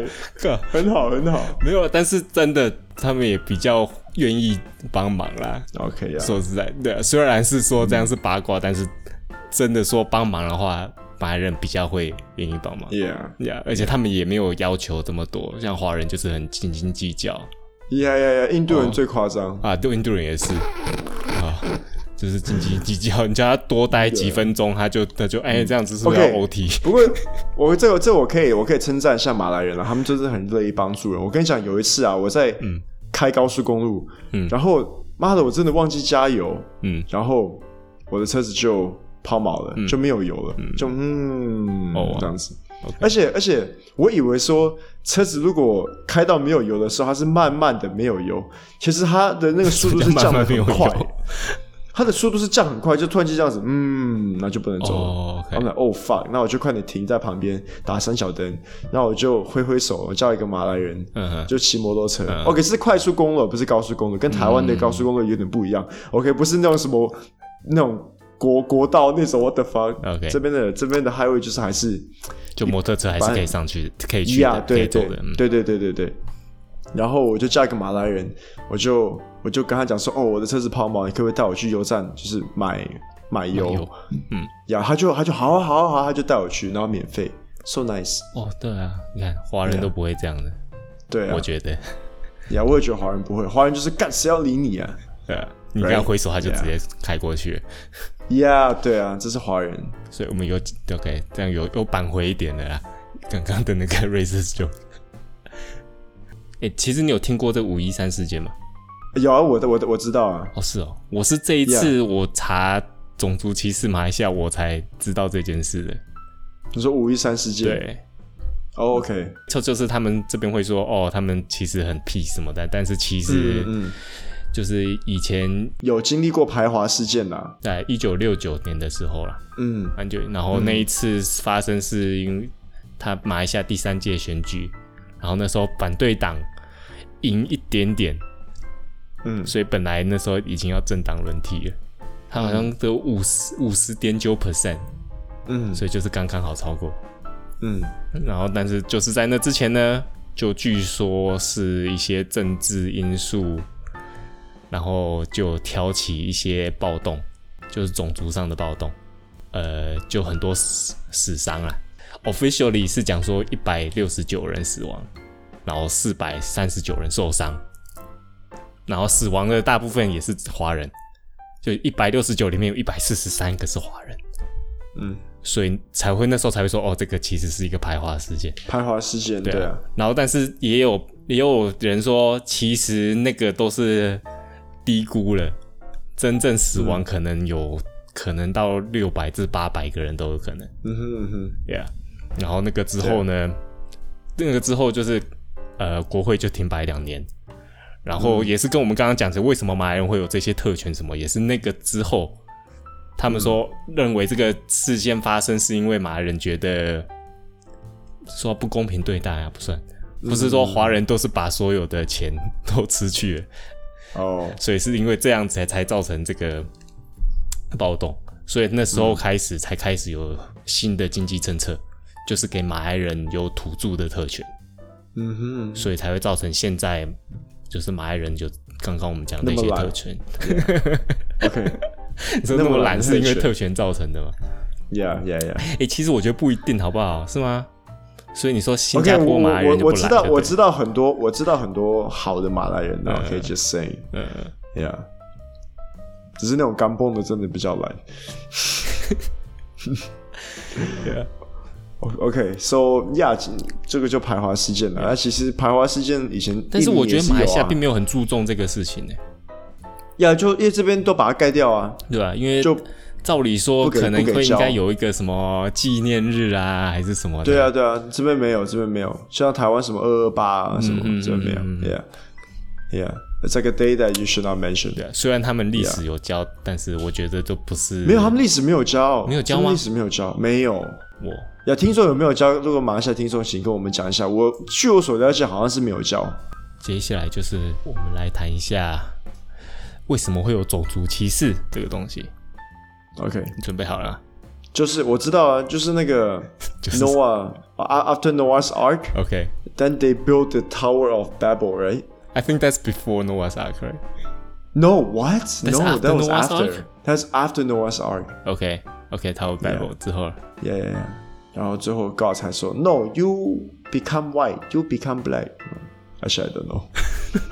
Speaker 2: 靠，
Speaker 1: 很好很好。
Speaker 2: 没有，但是真的他们也比较愿意帮忙啦。
Speaker 1: OK 呀、
Speaker 2: 说实在，对、啊，虽然是说这样是八卦，但是真的说帮忙的话，马来人比较会愿意帮忙。
Speaker 1: y e a h
Speaker 2: 呀，而且他们也没有要求这么多，像华人就是很斤斤计较
Speaker 1: Yeah Yeah Yeah，印度人最夸张。
Speaker 2: 啊，对，印度人也是啊，就是斤斤计较。你叫他多待几分钟，他就他就哎这样子是不是要
Speaker 1: OK
Speaker 2: OT？
Speaker 1: 不过，我这个这我可以我可以称赞一下马来人啊了、他们真的很乐意帮助人。我跟你讲，有一次啊，我在开高速公路，
Speaker 2: 嗯
Speaker 1: 然后妈的，我真的忘记加油，
Speaker 2: 嗯，
Speaker 1: 然后我的车子就抛锚了，就没有油了，就嗯、
Speaker 2: 哦
Speaker 1: 这样子。
Speaker 2: OK
Speaker 1: 而且而且，我以为说车子如果开到没有油的时候，它是慢慢的没有油，其实它的那个速度是
Speaker 2: 什么叫
Speaker 1: 降
Speaker 2: 慢
Speaker 1: 的
Speaker 2: 慢
Speaker 1: 很
Speaker 2: 没有
Speaker 1: 快
Speaker 2: 油，
Speaker 1: 它的速度是降很快，就突然间这样子，嗯，那就不能走了。
Speaker 2: 哦，OK
Speaker 1: 然后呢，哦 fuck，那我就快点停在旁边打三小灯，然后我就挥挥手，我叫一个马来人，
Speaker 2: 嗯哼
Speaker 1: 就骑摩托车。OK，是快速公路，不是高速公路，跟台
Speaker 2: 嗯
Speaker 1: 湾的高速公路有点不一样。OK，不是那种什么那种国国道那种 what the fuck，
Speaker 2: OK
Speaker 1: 这边的这边的 highway 就是还是
Speaker 2: 就摩托车还是可以上去，可以去
Speaker 1: 呀，
Speaker 2: 的，可
Speaker 1: 对
Speaker 2: 以
Speaker 1: 对
Speaker 2: 走的。嗯
Speaker 1: 对对对对对。然后我就叫一个马来人，我就我就跟他讲说，哦，我的车子抛锚，你可不可以带我去油站，就是买买油
Speaker 2: 油？
Speaker 1: 嗯，呀，他就他就好啊好啊好啊，他就带我去，然后免费，so nice。
Speaker 2: 哦，对啊，你看华人都不会这样的，
Speaker 1: 对啊
Speaker 2: 我，觉得。
Speaker 1: 呀，我也觉得华人不会，华人就是干谁要理你啊？
Speaker 2: 对啊，你跟他
Speaker 1: Right，
Speaker 2: 挥手，他就
Speaker 1: yeah
Speaker 2: 直接开过去了。
Speaker 1: 呀，对啊，这是华人。
Speaker 2: 所以我们有 OK，这样有有扳回一点的啦。 刚刚的那 个 racist joke。哎、其实你有听过这五一三事件吗？
Speaker 1: 有啊，我的我的我知道啊。
Speaker 2: 哦，是哦，我是这一次我查种族歧视马来西亚，我才知道这件事的。
Speaker 1: 你说五一三事件，
Speaker 2: 对，
Speaker 1: 哦，OK，
Speaker 2: 就就是他们这边会说哦，他们其实很 peace 什么的，但是其实
Speaker 1: 嗯嗯，
Speaker 2: 就是以前
Speaker 1: 有经历过排华事件呐、啊，
Speaker 2: 在一九六九年的时候啦，
Speaker 1: 嗯
Speaker 2: 安久，然后那一次发生是因为他马来西亚第三届选举，然后那时候反对党赢一点点，
Speaker 1: 嗯
Speaker 2: 所以本来那时候已经要政党轮替了，他好像得五十五十点九 percent，
Speaker 1: 嗯
Speaker 2: 所以就是刚刚好超过。
Speaker 1: 嗯
Speaker 2: 然后，但是就是在那之前呢，就据说是一些政治因素，然后就挑起一些暴动，就是种族上的暴动，呃，就很多死死伤啊。Officially 是讲说一百六十九人死亡，然后四百三十九人受伤，然后死亡的大部分也是华人，就一百六十九里面有一百四十三个是华人，
Speaker 1: 嗯，
Speaker 2: 所以才会那时候才会说哦，这个其实是一个排华事件。
Speaker 1: 排华事件，对啊，
Speaker 2: 然后但是也有也有人说，其实那个都是低估了，真正死
Speaker 1: 嗯
Speaker 2: 亡可能有、可能到六百至八百个人都有可能
Speaker 1: 嗯哼嗯哼，
Speaker 2: ，Yeah。然后那个之后呢，那个之后就是呃，国会就停摆两年，然后也是跟我们刚刚讲的，为什么马来人会有这些特权什么，也是那个之后。他们说认为这个事件发生是因为马来人觉得说不公平对待啊，不算，不是说华人都是把所有的钱都吃去了，
Speaker 1: 哦，
Speaker 2: 所以是因为这样才才造成这个暴动，所以那时
Speaker 1: 嗯
Speaker 2: 候开始才开始有新的经济政策，就是给马来人有土著的特权，
Speaker 1: 嗯哼，
Speaker 2: 所以才会造成现在就是马来人就刚刚我们讲的
Speaker 1: 那
Speaker 2: 那
Speaker 1: 么
Speaker 2: 些
Speaker 1: 懒
Speaker 2: 特权，
Speaker 1: OK，Yeah
Speaker 2: 这那么
Speaker 1: 么懒
Speaker 2: 懒
Speaker 1: 的
Speaker 2: 是因为
Speaker 1: 特权
Speaker 2: 特权造成的吗？
Speaker 1: Yeah Yeah，
Speaker 2: 诶，其实我觉得不一定，好不好？是吗？所 以你说新
Speaker 1: OK，
Speaker 2: 加
Speaker 1: 我
Speaker 2: 坡马来人
Speaker 1: 我
Speaker 2: 就
Speaker 1: 我
Speaker 2: 不
Speaker 1: 知
Speaker 2: 懒
Speaker 1: 道
Speaker 2: 对不
Speaker 1: 我
Speaker 2: 对
Speaker 1: 知道很多我知道很多好的马来人啊，OK，just saying，Yeah，
Speaker 2: 嗯嗯。
Speaker 1: 只是那种干蹦的真的比较懒。
Speaker 2: Yeah
Speaker 1: OK，so、yeah，这这个就排华事件了。那其实排华事件以前，
Speaker 2: 但是我觉得马来西亚并
Speaker 1: 没
Speaker 2: 没有很注重这个事情呢、
Speaker 1: 呀，就因为这边都把它盖掉啊，
Speaker 2: 对吧、因为
Speaker 1: 就
Speaker 2: 照理说
Speaker 1: 不给
Speaker 2: 可能
Speaker 1: 不给
Speaker 2: 会
Speaker 1: 教
Speaker 2: 应该有一个什么纪念日啊，还是什么的。
Speaker 1: 对啊，对啊，这边没有，这边没有，像台湾什么二二八啊什么，
Speaker 2: 嗯嗯
Speaker 1: 这边没有
Speaker 2: 嗯
Speaker 1: ，Yeah，Yeah。It's like a day that you should not mention。
Speaker 2: 对啊，虽然他们历史有教但是我觉得都不是
Speaker 1: 没有，他们历史没有教，
Speaker 2: 没有教吗
Speaker 1: 他们历史没有教，没有。
Speaker 2: 我
Speaker 1: 呀，听众有没有教？如果马来西亚听众，请跟我们讲一下。我据我所了解，好像是没有教。
Speaker 2: 接下来就是我们来谈一下为什么会有种族歧视这个东西。
Speaker 1: OK，
Speaker 2: 你准备好了吗
Speaker 1: 就是我知道啊，就是那个 Noah a- after Noah's Ark。
Speaker 2: ？OK。
Speaker 1: Then they built the Tower of Babel, right?
Speaker 2: I think that's before Noah's Ark, right?
Speaker 1: No, what? no,
Speaker 2: after
Speaker 1: that was
Speaker 2: Noah's
Speaker 1: after.
Speaker 2: Ark?
Speaker 1: That's after Noah's Ark.
Speaker 2: OK, OK, Tower Bible 之后
Speaker 1: Yeah, yeah, yeah. 然后最后 God 才说，No, you become white, you become black. Actually, I don't know.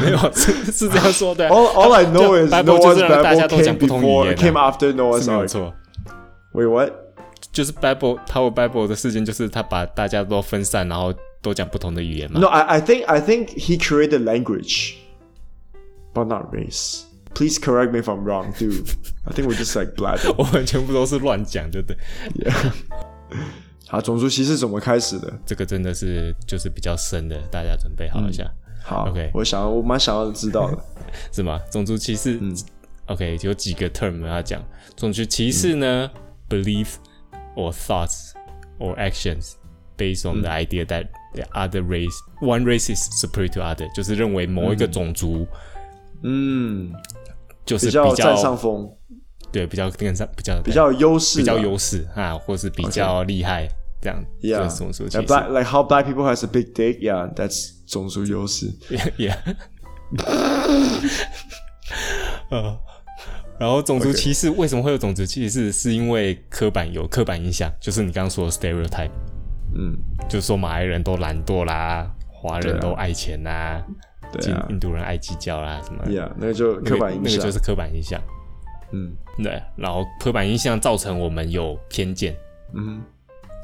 Speaker 2: 没有是是这样说 的。
Speaker 1: All all I know is
Speaker 2: 他 Bible 就
Speaker 1: Noah's
Speaker 2: 是让大家
Speaker 1: Bible
Speaker 2: 都
Speaker 1: came
Speaker 2: 讲不同语
Speaker 1: before,
Speaker 2: 言、
Speaker 1: came
Speaker 2: 啊，
Speaker 1: after Noah's
Speaker 2: 是没有
Speaker 1: Ark.
Speaker 2: 错。
Speaker 1: Wait, what?
Speaker 2: 就是 Bible Tower Bible 的事件，就是他把大家都分散，然后都讲不同的语言嘛。
Speaker 1: No, I I think I think he created language, but not race. Please correct me if I'm wrong, dude. I think we're just like blabbing.
Speaker 2: 我们全部都是乱讲，对不对？
Speaker 1: 好，种族歧视怎么开始的？
Speaker 2: 这个真的是就是比较深的，大家准备好一下，
Speaker 1: 好
Speaker 2: OK
Speaker 1: 我想要我蛮想要知道 的。
Speaker 2: 是吗？种族歧视、OK
Speaker 1: 嗯
Speaker 2: 有几个 term 要讲。种族歧视呢、b
Speaker 1: 嗯
Speaker 2: e l i e f or thoughts or actions based on the
Speaker 1: 嗯
Speaker 2: idea that the other race one race is superior to other，就是认为某一个种族
Speaker 1: 嗯，
Speaker 2: 就是
Speaker 1: 比
Speaker 2: 比较
Speaker 1: 较占上风，
Speaker 2: 对比较跟上比较
Speaker 1: 比较有优势啊，
Speaker 2: 比较优势啊，或是比较厉害这样。
Speaker 1: Yeah，
Speaker 2: 这种族歧
Speaker 1: Like
Speaker 2: 视
Speaker 1: black, like how black people has a big dick, yeah, that's 种族优势。
Speaker 2: 也，呃，然后种族歧视为什么会有种族歧视？是因为刻板有刻板印象，就是你刚刚说的 stereotype，
Speaker 1: 嗯，
Speaker 2: 就是说马来人都懒惰啦，华人都爱钱啦，
Speaker 1: 啊对
Speaker 2: 印、
Speaker 1: 啊
Speaker 2: 印度人爱计较啦，什么的
Speaker 1: ，yeah，那个就刻板印
Speaker 2: 那个，那
Speaker 1: 象
Speaker 2: 个就。是刻板印象。
Speaker 1: 嗯
Speaker 2: 对，然后刻板印象造成我们有偏见，
Speaker 1: 嗯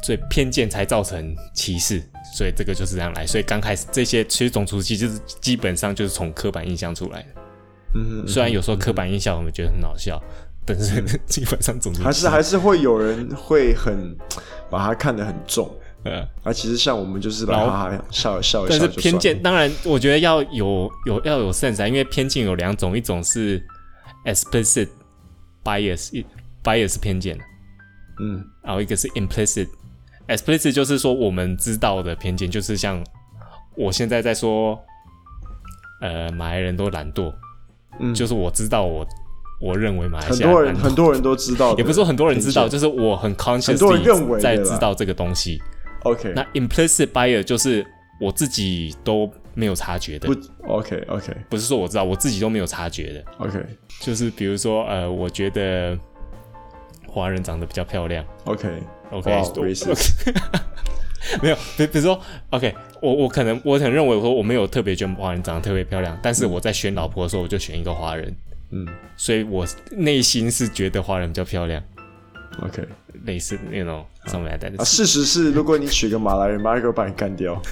Speaker 2: 所以偏见才造成歧视，所以这个就是这样来。所以刚开始这些其实种族歧视基本上就是从刻板印象出来的。
Speaker 1: 嗯，
Speaker 2: 虽然有时候刻板印象我们觉得很好笑，但是 基本上种族
Speaker 1: 还是还是会有人会很把它看得很重，
Speaker 2: 呃，
Speaker 1: 啊，其实像我们就是来
Speaker 2: 然后
Speaker 1: 哈哈笑笑一
Speaker 2: 但
Speaker 1: 笑
Speaker 2: 是
Speaker 1: 就算
Speaker 2: 偏
Speaker 1: 了
Speaker 2: 见当然我觉得要有有要有 sense 啊，因为偏见有两种，一种是 explicit bias，一 bias 是偏见，
Speaker 1: 嗯
Speaker 2: 然后一个是 implicit。explicit 就是说我们知道的偏见，就是像我现在在说，呃，马来人都懒惰，
Speaker 1: 嗯，
Speaker 2: 就是我知道我我认为马来
Speaker 1: 很
Speaker 2: 西亚
Speaker 1: 多
Speaker 2: 懒
Speaker 1: 人
Speaker 2: 惰
Speaker 1: 很多人都知道的，
Speaker 2: 也不是说很多人知道，
Speaker 1: 偏见
Speaker 2: 就是我很 conscious
Speaker 1: 很多人认为的
Speaker 2: 在
Speaker 1: 啦
Speaker 2: 知道这个东西。
Speaker 1: OK，
Speaker 2: 那 implicit buyer 就是我自己都没有察觉的，
Speaker 1: 不
Speaker 2: 不
Speaker 1: OK OK
Speaker 2: 是说我知道，我自己都没有察觉的。
Speaker 1: OK
Speaker 2: 就是比如说，呃，我觉得华人长得比较漂亮
Speaker 1: OK
Speaker 2: ，OK，
Speaker 1: 哇
Speaker 2: 我
Speaker 1: racist
Speaker 2: 没有，比比如说，OK，我我可能我可能认为说我没有特别觉得华人长得特别漂亮，但是我在选老婆的时候，我就选一个华人，
Speaker 1: 嗯
Speaker 2: 所以我内心是觉得华人比较漂亮，
Speaker 1: ，OK
Speaker 2: 类似 you know something like that
Speaker 1: 啊，事实是，如果你娶个马来人，马来人会把你干 掉。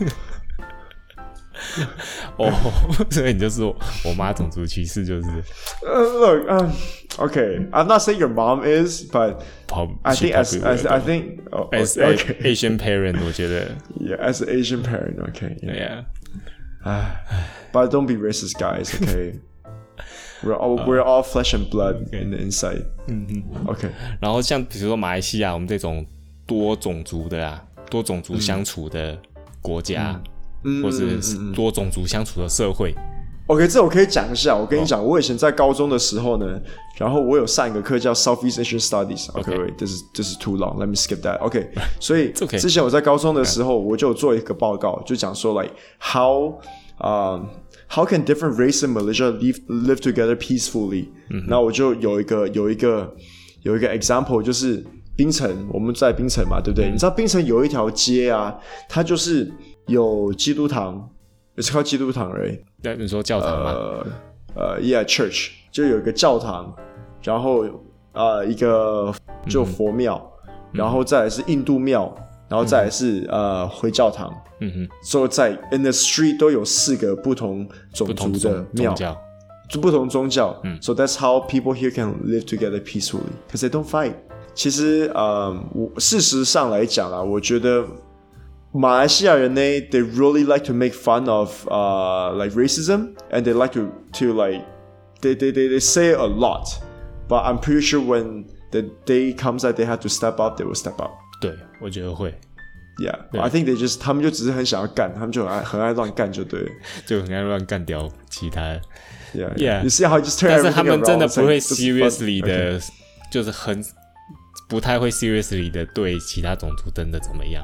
Speaker 2: 哦， 所以你就是我我妈种族歧视，就是
Speaker 1: Uh, look, um, okay, I'm not saying your mom is, but
Speaker 2: 跑
Speaker 1: I
Speaker 2: 去
Speaker 1: think
Speaker 2: 跑
Speaker 1: as
Speaker 2: 鬼
Speaker 1: as
Speaker 2: 屋
Speaker 1: I think oh,
Speaker 2: as a-
Speaker 1: okay,
Speaker 2: 哎 Asian parent，我 觉得啊
Speaker 1: yeah, as an Asian parent, okay, yeah.
Speaker 2: yeah
Speaker 1: But don't be racist, guys. Okay, we're all we're all flesh and blood in the inside.
Speaker 2: Mm-hmm.
Speaker 1: Okay,
Speaker 2: 然后像比如说马来西亚，我们这种多种族的啊，多种族相处的国家，
Speaker 1: 嗯
Speaker 2: 或者是多种族相处的社会，
Speaker 1: OK，这我可以讲一下。我跟你讲，我以前在高中的时候呢，然后我有上一个课叫 Southeast Asian Studies。
Speaker 2: OK
Speaker 1: OK，this is this is too long，let me skip that。OK，所 以
Speaker 2: okay
Speaker 1: 之前我在高中的时候，我就有做一个报告，就讲说，like how，啊、h o w can different races in Malaysia live live together peacefully？那、
Speaker 2: 嗯
Speaker 1: 我就有一个有一个有一个 example，就是槟城，我们在槟城嘛，对不对？
Speaker 2: 嗯
Speaker 1: 你知道槟城有一条街啊，它就是有基督堂，也是靠基督堂而已。
Speaker 2: 那你说教堂嘛，
Speaker 1: 呃呃，Yeah Church 就有一个教堂，然后呃一
Speaker 2: 嗯
Speaker 1: 个就佛庙，然后再来是印度庙，然后再来是、呃回教堂，
Speaker 2: 嗯哼，
Speaker 1: 所以在 in the street 都有四个不同种
Speaker 2: 不
Speaker 1: 族
Speaker 2: 同
Speaker 1: 的
Speaker 2: 宗
Speaker 1: 庙
Speaker 2: 宗，教，
Speaker 1: 就不同宗教。So that's how people here can live together peacefully, because they don't fight. 其实，呃，我事实上来讲啊，我觉得马来西亚人呢，they really like to make fun of, uh, like racism, and they like to to like, they they they they say a lot, but I'm pretty sure when the day comes that they have to step up, they will step up.
Speaker 2: 对我觉得会
Speaker 1: Yeah, I think they just 他们就只是很想要干，他们就很爱很爱乱干就对了。
Speaker 2: 就很爱乱干掉其他人，
Speaker 1: Yeah,
Speaker 2: Yeah.
Speaker 1: You see how I just turn
Speaker 2: 但是
Speaker 1: everything
Speaker 2: 他们
Speaker 1: around,
Speaker 2: 真的
Speaker 1: it's
Speaker 2: 不会
Speaker 1: like just fun.
Speaker 2: seriously 的，就是很不太会 seriously 的对其他种族真的怎么样。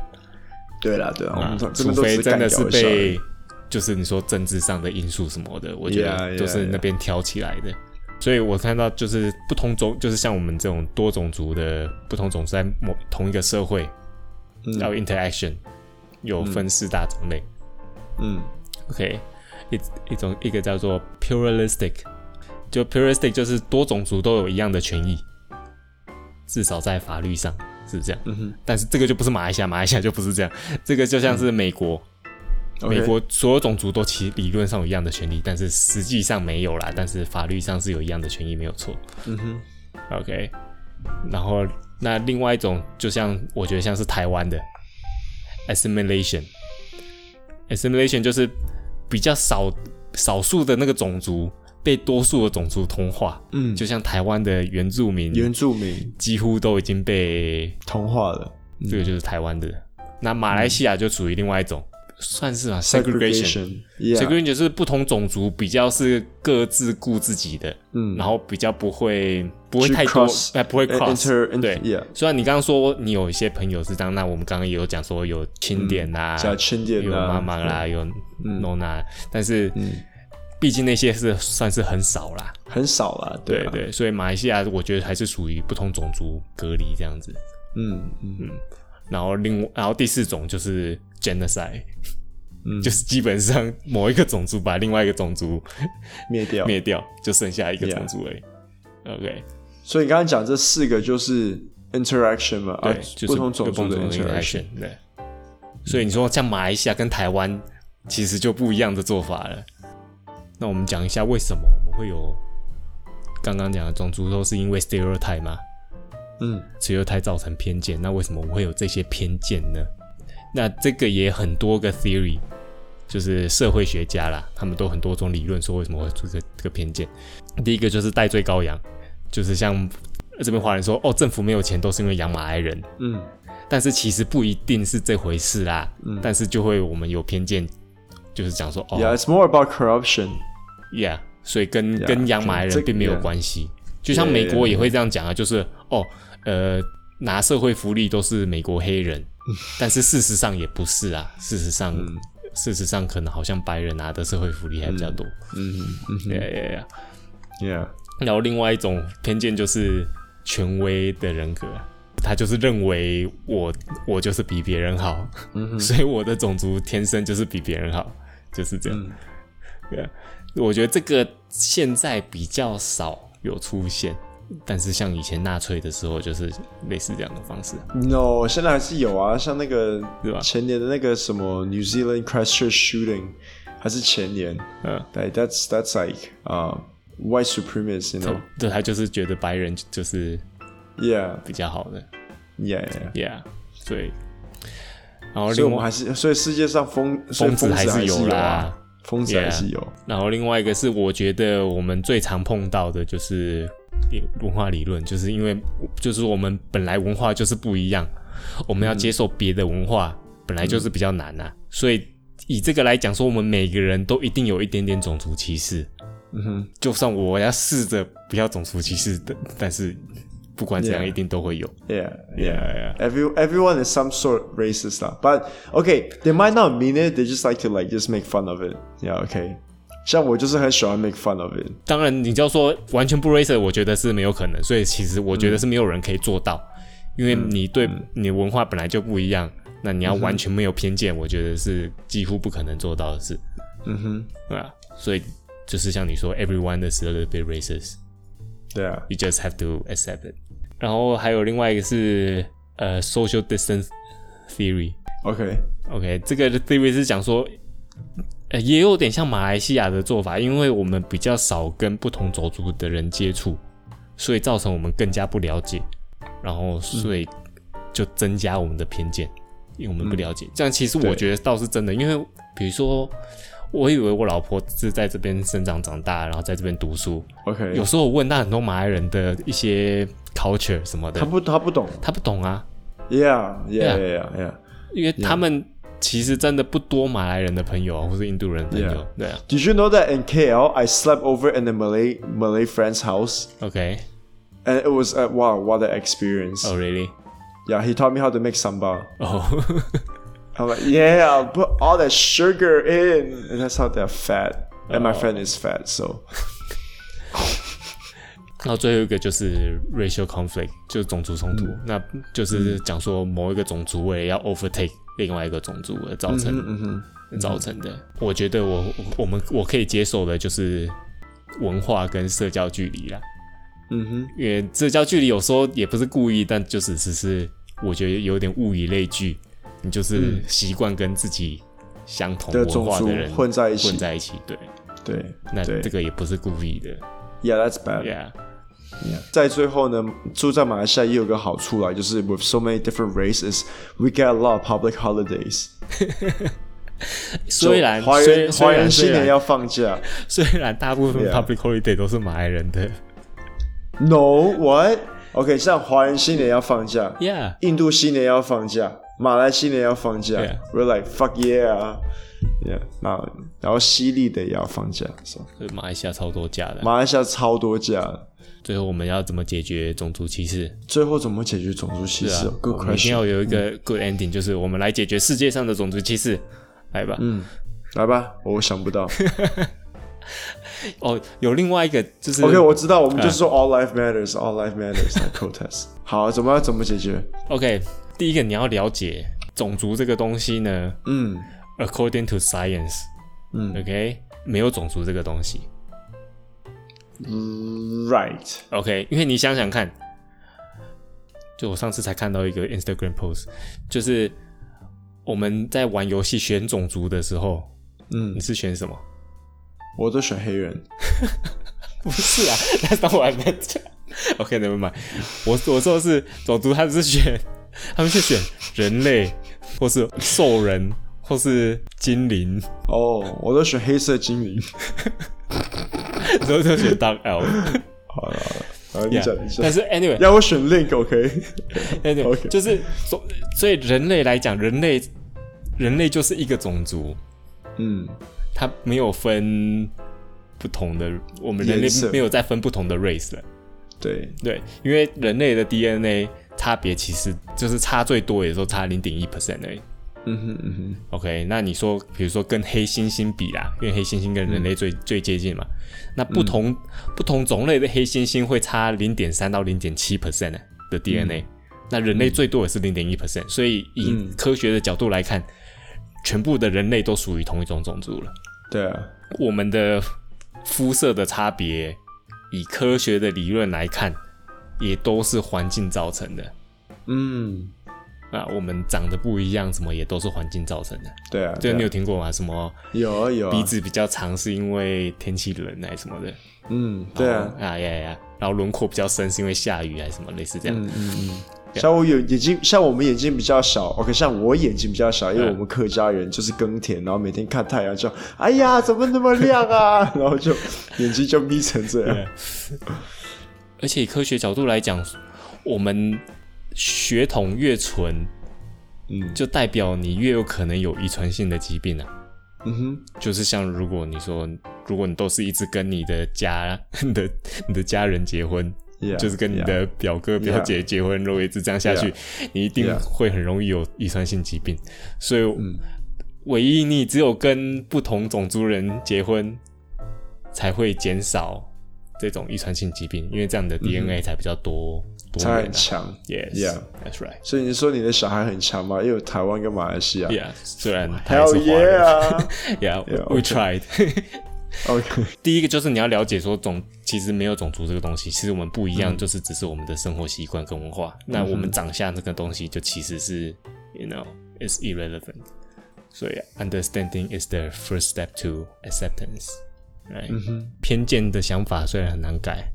Speaker 1: 对啦，对啦，我
Speaker 2: 啊
Speaker 1: 们这这
Speaker 2: 除
Speaker 1: 边都只
Speaker 2: 非
Speaker 1: 是
Speaker 2: 真
Speaker 1: 嗯干
Speaker 2: 的
Speaker 1: 掉
Speaker 2: 是
Speaker 1: 一下而已。
Speaker 2: 被就是你说政治上的因素什么的，我觉
Speaker 1: Yeah,
Speaker 2: 得
Speaker 1: yeah,
Speaker 2: 都是那边挑起来的。所以我看到就是不同种，就是像我们这种多种族的不同种族在某同一个社会要 interaction，有分四大种类。
Speaker 1: 嗯
Speaker 2: OK，一一种一个叫做 pluralistic，就 pluralistic 就是多种族都有一样的权益，至少在法律上是这样。
Speaker 1: 哼
Speaker 2: 但是这个就不是马来西亚，马来西亚就不是这样，这个就像是美国。
Speaker 1: ，OK，
Speaker 2: 美国所有种族都其理论上有一样的权利，但是实际上没有啦。但是法律上是有一样的权益，没有错。
Speaker 1: 嗯哼，
Speaker 2: OK，然后那另外一种，就像我觉得像是台湾的 assimilation，assimilation 就是比较少少数的那个种族被多数的种族同化，
Speaker 1: 嗯
Speaker 2: 就像台湾的原住民
Speaker 1: 原住民
Speaker 2: 几乎都已经被
Speaker 1: 同化了
Speaker 2: 这个就是台湾的，那马来西亚就属于另外一种，算是吧 segregation。
Speaker 1: yeah，
Speaker 2: segregation 就是不同种族比较是各自顾自己的，
Speaker 1: 嗯
Speaker 2: 然后比较不会不会
Speaker 1: 去
Speaker 2: 太多
Speaker 1: cross，，
Speaker 2: 哎，不会
Speaker 1: inter-
Speaker 2: cross，
Speaker 1: inter-
Speaker 2: 对
Speaker 1: yeah
Speaker 2: 虽然你刚刚说你有一些朋友是这样，那我们刚刚也有讲说有钦点啦，
Speaker 1: 加钦点
Speaker 2: 有妈
Speaker 1: 嗯啊，嗯
Speaker 2: 妈啦，有 nona，但是毕竟那些是算是很少啦，
Speaker 1: 很少啦，
Speaker 2: 对
Speaker 1: 啊，
Speaker 2: 对，所以马来西亚我觉得还是属于不同种族隔离这样子。
Speaker 1: 嗯嗯
Speaker 2: 然后另然后第四种就是 genocide，、就是
Speaker 1: 嗯
Speaker 2: 基本上某一个种族把另外一个种族
Speaker 1: 灭掉。
Speaker 2: 灭掉，就剩下一个种族而已。OK，
Speaker 1: 所以你刚刚讲这四个就是 interaction 嘛，啊
Speaker 2: 对，，就是
Speaker 1: 不同种族的
Speaker 2: 不同种族的
Speaker 1: interaction，
Speaker 2: interaction，对。所以你说像马来西亚跟台湾其实就不一样的做法了。那我们讲一下为什么我们会有刚刚讲的种族都是因为 stereotype 吗？
Speaker 1: 嗯
Speaker 2: ，stereotype 造成偏见，那为什么我们会有这些偏见呢？那这个也很多个 theory，就是社会学家啦，他们都很多种理论说为什么会出这这个偏见。第一个就是戴罪羔羊，就是像这边华人说，哦，政府没有钱都是因为养马来人，
Speaker 1: 嗯
Speaker 2: 但是其实不一定是这回事啦。但是就会我们有偏见，就是讲说，哦
Speaker 1: ，yeah，it's more about corruption，
Speaker 2: ，yeah，所以跟
Speaker 1: Yeah，
Speaker 2: 跟养马来
Speaker 1: 这
Speaker 2: 人
Speaker 1: 个
Speaker 2: 并没有
Speaker 1: yeah
Speaker 2: 关系。就像美国也会这样讲啊，就是哦，呃，拿社会福利都是美国黑人，但是事实上也不是啊。事实上，
Speaker 1: 嗯
Speaker 2: 事实上可能好像白人拿的社会福利还比较多。
Speaker 1: 嗯
Speaker 2: 对对对。
Speaker 1: ，yeah，
Speaker 2: 然后另外一种偏见就是权威的人格啊，他就是认为我我就是比别人好，
Speaker 1: 嗯
Speaker 2: 所以我的种族天生就是比别人
Speaker 1: 嗯
Speaker 2: 好，就是这样。对啊，我觉得这个现在比较少有出现，但是像以前纳粹的时候，就是类似这样的方式。
Speaker 1: No，现在还是有啊，像那个
Speaker 2: 是吧
Speaker 1: 前年的那个什么 New Zealand Christchurch shooting，还是前年，
Speaker 2: 嗯，
Speaker 1: 对，that's that's like 啊、white supremacy，you
Speaker 2: 对
Speaker 1: know，
Speaker 2: 对，他就是觉得白人就是
Speaker 1: yeah
Speaker 2: 比较好的
Speaker 1: yeah, yeah.。
Speaker 2: ，Yeah，所以，然后
Speaker 1: 所以我
Speaker 2: 另
Speaker 1: 们
Speaker 2: 外，
Speaker 1: 还是，所以世界上疯，所以
Speaker 2: 疯子
Speaker 1: 疯子
Speaker 2: 还是
Speaker 1: 还
Speaker 2: 有
Speaker 1: 是有啊
Speaker 2: 啦，
Speaker 1: 疯子
Speaker 2: Yeah
Speaker 1: 还是有。
Speaker 2: 然后另外一个是我觉得我们最常碰到的就是理文化理论，就是因为就是我们本来文化就是不一样，我们要接受别的文化、
Speaker 1: 嗯
Speaker 2: 本来就是比较难呐、所以以这个来讲说，我们每个人都一定有一点点种族歧视。
Speaker 1: 嗯哼，
Speaker 2: 就算我要试着不要种族歧视的，但是不管怎样，
Speaker 1: Yeah.
Speaker 2: 一定都会有。
Speaker 1: Yeah, yeah.
Speaker 2: Yeah,
Speaker 1: Every everyone is some sort of racist lah, but okay, they might not mean it. They just like to like just make fun of it. Yeah, okay. 像我就是很喜欢 make fun of it.
Speaker 2: 当然，你就要说完全不 racer，我觉得是没有可能。所以其实我觉得是没有人可以做到，因为你对你文化本来就不一样，那你要完全没有偏见，我觉得是几乎不可能做到的事，
Speaker 1: 嗯哼，
Speaker 2: 对吧？所以就是像你说，everyone is a little bit racist。
Speaker 1: 对啊，
Speaker 2: you just have to accept it。然后还有另外一个是呃 social distance theory。
Speaker 1: OK，
Speaker 2: OK，这个 theory 是讲说，呃，也有点像马来西亚的做法，因为我们比较少跟不同种族的人接触，所以造成我们更加不了解，然后所以就增加我们的偏见，因为我们不了解。这样其实我
Speaker 1: 对
Speaker 2: 觉得倒是真的，因为比如说，我以为我老婆是在这边生长长大，然后在这边读书，
Speaker 1: OK，
Speaker 2: 有时候我问他很多马来人的一些 culture 什么
Speaker 1: 他
Speaker 2: 的，
Speaker 1: 不他不懂
Speaker 2: 他不懂啊，
Speaker 1: ，Yeah
Speaker 2: Yeah
Speaker 1: Yeah Yeah Yeah。
Speaker 2: 因为他们其实真的不多马来人的朋友啊，或是印度人的朋友
Speaker 1: Yeah
Speaker 2: 对啊
Speaker 1: Did you know that in KL I slept over in a Malay Malay friend's house
Speaker 2: ，OK，
Speaker 1: and it was uh, wow what an experience.
Speaker 2: 哦、oh,，really，
Speaker 1: Yeah, he taught me how to make sambal.
Speaker 2: 哦、
Speaker 1: I'm like, yeah, I'll put all that sugar in, and that's how they're fat. And
Speaker 2: Oh.
Speaker 1: my friend is fat, so
Speaker 2: 然后最后一个就是 racial conflict，就是种族冲突，那就是讲说某一个种族为了要 overtake 另外一个种族而造
Speaker 1: 嗯
Speaker 2: 成、
Speaker 1: Mm-hmm.
Speaker 2: 造成的。我觉得我我我们我可以接受的就是文化跟社交距离
Speaker 1: Mm-hmm.
Speaker 2: 啦。嗯哼，因为社交距离有时候也不是故意，但就只是是我觉得有点物以类聚，你就是习惯跟自己相同
Speaker 1: 嗯的
Speaker 2: 文
Speaker 1: 种
Speaker 2: 化
Speaker 1: 族
Speaker 2: 的人
Speaker 1: 混在一起
Speaker 2: 混在一起，对，
Speaker 1: 对
Speaker 2: 那
Speaker 1: 对
Speaker 2: 这个也不是故意的
Speaker 1: yeah, that's bad.
Speaker 2: ，Yeah。
Speaker 1: 在最后呢，住在马来西亚也有个好处啦，就是 with so many different races, we get a lot of public holidays.
Speaker 2: 虽然
Speaker 1: 就华
Speaker 2: 虽
Speaker 1: 人
Speaker 2: 虽
Speaker 1: 华
Speaker 2: 然
Speaker 1: 人
Speaker 2: 虽
Speaker 1: 新年
Speaker 2: 然
Speaker 1: 要啊放假
Speaker 2: 虽然大部分
Speaker 1: Yeah.
Speaker 2: public holiday 都是马来人的
Speaker 1: ，No what? OK，像华人新年要放假
Speaker 2: ，Yeah，
Speaker 1: 印度新年要放假，马来新年要放假
Speaker 2: Yeah.
Speaker 1: ，We're like fuck yeah, yeah. 那然后犀利的也要放假，so
Speaker 2: 所以马来西亚超多假的。
Speaker 1: 马来西亚超多假的。
Speaker 2: 最后我们要怎么解决种族歧视？
Speaker 1: 最后怎么解决种族歧
Speaker 2: 对
Speaker 1: 视
Speaker 2: 啊
Speaker 1: 哦？
Speaker 2: 我
Speaker 1: ？Good
Speaker 2: 们一定
Speaker 1: question。嗯
Speaker 2: 要有一个 good ending，就是我们来解决世界上的种族歧视，来吧。嗯，
Speaker 1: 来吧，我想不到。
Speaker 2: 哦，有另外一个就是。
Speaker 1: OK，我知道，我们
Speaker 2: 哎
Speaker 1: 就说 all life matters，all life matters 来 protest。好，怎么样？怎么解决？
Speaker 2: OK，第一个你要了解种族这个东西呢
Speaker 1: 嗯
Speaker 2: ，according to science，
Speaker 1: 嗯
Speaker 2: ，OK，没有种族这个东西
Speaker 1: ，Right。
Speaker 2: ，OK，因为你想想看，就我上次才看到一个 Instagram post，就是我们在玩游戏选种族的时候，
Speaker 1: 嗯
Speaker 2: 你，是选什么？
Speaker 1: 我都选黑人。
Speaker 2: 不是啊，那当我还没 讲。OK，never mind。我我说的是种族，他们是选，他们是选人类，或是兽人，或是精灵，
Speaker 1: 哦，我都选黑色精灵。
Speaker 2: 然后就选当 L。
Speaker 1: 好了好了，好你
Speaker 2: Yeah，
Speaker 1: 讲你讲
Speaker 2: 但。是 anyway，
Speaker 1: 要我选 Link，OK？
Speaker 2: anyway，
Speaker 1: OK
Speaker 2: 就是所所以人类来讲，人类人类就是一个种族，
Speaker 1: 嗯
Speaker 2: 它没有分不同的，我们人类
Speaker 1: 颜色
Speaker 2: 没有再分不同的 race 了。
Speaker 1: 对，
Speaker 2: 对，因为人类的 DNA 差别其实就是差最多，也就差零点一 percent 而已。
Speaker 1: 嗯哼嗯
Speaker 2: OK，那你说，比如说跟黑猩猩比啦，因为黑猩猩跟人类最、最接近嘛，那不同、不同种类的黑猩猩会差零点三到零点七 percent 的 DNA，、那人类最多也是零点一 percent，所以以科学的角度来看，全部的人类都属于同一种种族了。
Speaker 1: 哼，对啊，
Speaker 2: 我们的肤色的差别以科学的理论来看，也都是环境造成的。
Speaker 1: 嗯，
Speaker 2: 那我们长得不一样，什么也都是环境造成的。
Speaker 1: 对啊，
Speaker 2: 这
Speaker 1: 对啊
Speaker 2: 个你有听过吗？什么
Speaker 1: 有啊有啊
Speaker 2: 鼻，子比较长是因为天气冷还是什么的？
Speaker 1: 嗯，对啊，
Speaker 2: 然后啊呀呀呀，然后轮廓比较深是因为下雨还是什么类似这样。
Speaker 1: 嗯嗯嗯。像我眼眼睛，像我们眼睛比较小，OK，像我眼睛比较小，因为我们客家人就是耕田，然后每天看太阳就，哎呀，怎么那么亮啊？ 然后就眼睛就眯成这样。
Speaker 2: 而且以科学角度来讲，我们血统越纯，
Speaker 1: 嗯
Speaker 2: 就代表你越有可能有遗传性的疾病啊。
Speaker 1: 嗯哼，
Speaker 2: 就是像如果你说，如果你都是一直跟你的家、 你的你的家人结婚
Speaker 1: Yeah,
Speaker 2: 就是跟你的表哥表姐结婚如果一直这样下去你一定
Speaker 1: Yeah.
Speaker 2: 会很容易有遗传性疾病。所以，唯一你只有跟不同种族人结婚，才会减少这种遗传性疾病，因为这样你
Speaker 1: 嗯
Speaker 2: 的 DNA 才比较多、多
Speaker 1: 才
Speaker 2: 元、
Speaker 1: 很
Speaker 2: 啊。
Speaker 1: 强。
Speaker 2: Yes,
Speaker 1: Yeah.
Speaker 2: that's right.
Speaker 1: 所以你说你的小孩很强吗？因为有台湾跟马来西亚。
Speaker 2: Yeah，虽然他也
Speaker 1: Hell
Speaker 2: 是华人
Speaker 1: yeah！OK，
Speaker 2: Yeah,
Speaker 1: Yeah, 哦
Speaker 2: we
Speaker 1: okay.
Speaker 2: tried. 第一个就是你要了解说种，其实没有种族这个东西，其实我们不一样，就是只是我们的生活习惯跟文化。那我们长相这个东西，就其实是，you know，is irrelevant。所以 understanding is the first step to acceptance。Right？、偏
Speaker 1: Mm-hmm.
Speaker 2: 见的想法虽然很难改，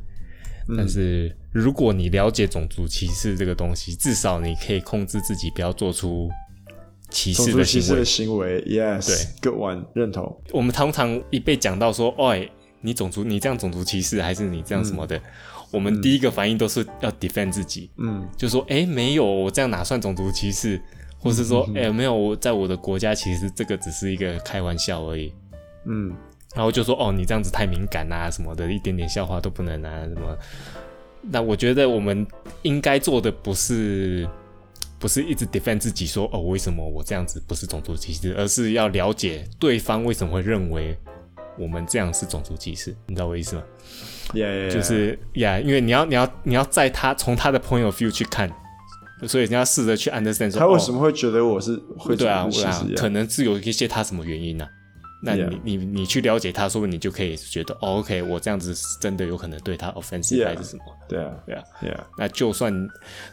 Speaker 2: 但是如果你了解种族歧视这个东西，至少你可以控制自己不要做出歧
Speaker 1: 种
Speaker 2: 视
Speaker 1: 族
Speaker 2: 的
Speaker 1: 歧
Speaker 2: 行
Speaker 1: 视
Speaker 2: 为
Speaker 1: 的。行为，Yes，Good one，认同。
Speaker 2: 我们通常一被讲到说，哎，你种族你这样种族歧视，还是你这样什么的，我们第一个反应都是要 defend 自己，
Speaker 1: 嗯
Speaker 2: 就说，哎，没有，我这样哪算种族歧视？或是说，哎，没有，我在我的国家其实这个只是一个开玩笑而已。
Speaker 1: 嗯
Speaker 2: 然后就说，哦，你这样子太敏感啊，什么的，一点点笑话都不能啊，什么。那我觉得我们应该做的不是。不是一直 defend 自己说哦，为什么我这样子不是种族歧视，而是要了解对方为什么会认为我们这样是种族歧视，你知道我意思吗？
Speaker 1: ，Yeah，
Speaker 2: 就是
Speaker 1: 啊
Speaker 2: 呀因为你要你要你要在他从他的 point of view 去看，所以你要试着去 understand 说
Speaker 1: 他为
Speaker 2: 哦
Speaker 1: 什么会觉得我是会
Speaker 2: 对啊，
Speaker 1: 种族
Speaker 2: 对
Speaker 1: 歧
Speaker 2: 啊
Speaker 1: 视，
Speaker 2: 可能是有一些他什么原因呢、啊？那你
Speaker 1: Yeah.
Speaker 2: 你你去了解他，说不定你就可以觉得哦，OK，我这样子是真的有可能对他 offensive
Speaker 1: Yeah.
Speaker 2: 还是什么？
Speaker 1: 对啊
Speaker 2: 对啊，
Speaker 1: ，Yeah，
Speaker 2: 那就算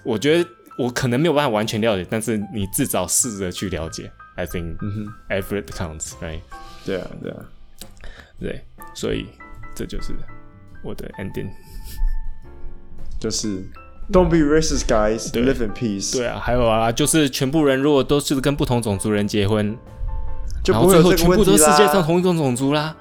Speaker 2: 我觉得我可能没有办法完全了解，但是你至少试着去了解。I think
Speaker 1: Mm-hmm
Speaker 2: effort counts, right？
Speaker 1: 对啊，对啊。
Speaker 2: 对，所以这就是我的 ending。
Speaker 1: 就是 Don't be racist, guys.
Speaker 2: 对
Speaker 1: Live in peace.
Speaker 2: 对，啊，还有啊，就是全部人如果都是跟不同种族人结婚，
Speaker 1: 就
Speaker 2: 然
Speaker 1: 不
Speaker 2: 后
Speaker 1: 会
Speaker 2: 最
Speaker 1: 有
Speaker 2: 后
Speaker 1: 这个
Speaker 2: 全
Speaker 1: 问
Speaker 2: 部
Speaker 1: 题
Speaker 2: 都
Speaker 1: 啦。
Speaker 2: 世界上同一种种族啦。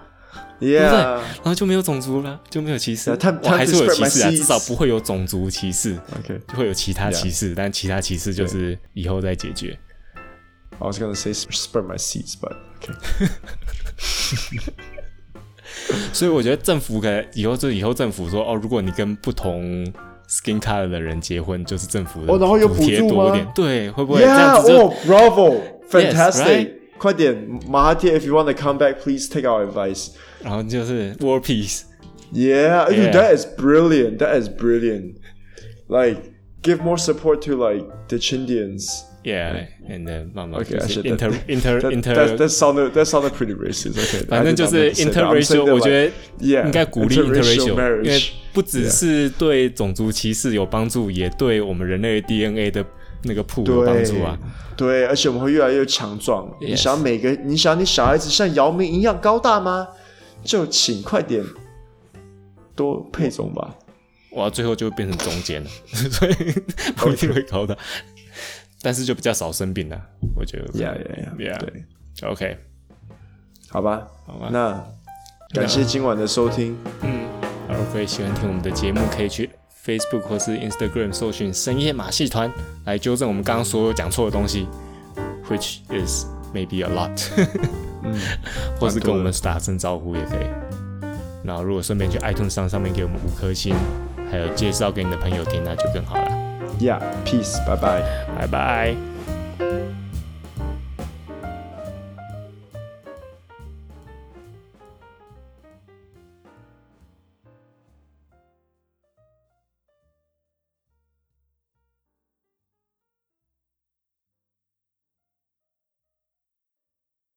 Speaker 1: Yeah.
Speaker 2: 然后就没有种族了，就没有歧视。
Speaker 1: Yeah, time-
Speaker 2: 我还是会有歧视啊，
Speaker 1: time to spread my seeds.
Speaker 2: 至少不会有种族歧视，
Speaker 1: Okay.
Speaker 2: 就会有其他歧视但其他歧视就是以后再解决。
Speaker 1: I was gonna say spread my seeds, but okay.
Speaker 2: 所以我觉得政府可能以后就以后政府说哦，如果你跟不同 skin color 的人结婚，就是政府的
Speaker 1: 哦然后有补助
Speaker 2: 贴多一点
Speaker 1: 吗，
Speaker 2: 对，会不会这样
Speaker 1: Yeah.
Speaker 2: 子就
Speaker 1: Oh, bravo.
Speaker 2: Yes,
Speaker 1: Fantastic.
Speaker 2: right?
Speaker 1: 快点，Mahathir, if you want to come back, please take our advice.
Speaker 2: 然后就是 war peace，
Speaker 1: Yeah, dude,
Speaker 2: Yeah.
Speaker 1: that is brilliant. That is brilliant. Like, give more support to like the Chindians.
Speaker 2: yeah，and then 慢慢
Speaker 1: Okay,
Speaker 2: 就是
Speaker 1: actually,
Speaker 2: inter
Speaker 1: that-
Speaker 2: inter
Speaker 1: That,
Speaker 2: inter
Speaker 1: that that sounded that sounded pretty racist. Okay.
Speaker 2: 反正就是 interracial，我觉得
Speaker 1: Yeah，
Speaker 2: 应该鼓励
Speaker 1: interracial
Speaker 2: interracial，
Speaker 1: marriage
Speaker 2: 因为不只是对种族歧视有帮助，也对我们人类 DNA 的那个铺有帮助啊。
Speaker 1: 对，而且我们会越来越强壮。你
Speaker 2: Yes
Speaker 1: 想每个，你想你小孩子像姚明一样高大吗？就请快点多配种吧。
Speaker 2: 哇，最后就会变成中间了， 所
Speaker 1: 哦
Speaker 2: 以不一定会高的，但是就比较少生病了，我觉得。
Speaker 1: 呀呀呀！
Speaker 2: Yeah
Speaker 1: 对，
Speaker 2: OK，
Speaker 1: 好吧，
Speaker 2: 好吧
Speaker 1: 那感谢今晚的收听，
Speaker 2: 嗯，如果各位喜欢听我们的节目，可以去 Facebook 或是 Instagram 搜寻“深夜马戏团”来纠正我们刚刚所有讲错的东西，which is maybe a lot，或是跟我们打声招呼也可以。然后如果顺便去 iTunes 上上面给我们五颗星，还有介绍给你的朋友听，那就更好了。
Speaker 1: 呀，peace，拜拜。
Speaker 2: 拜拜。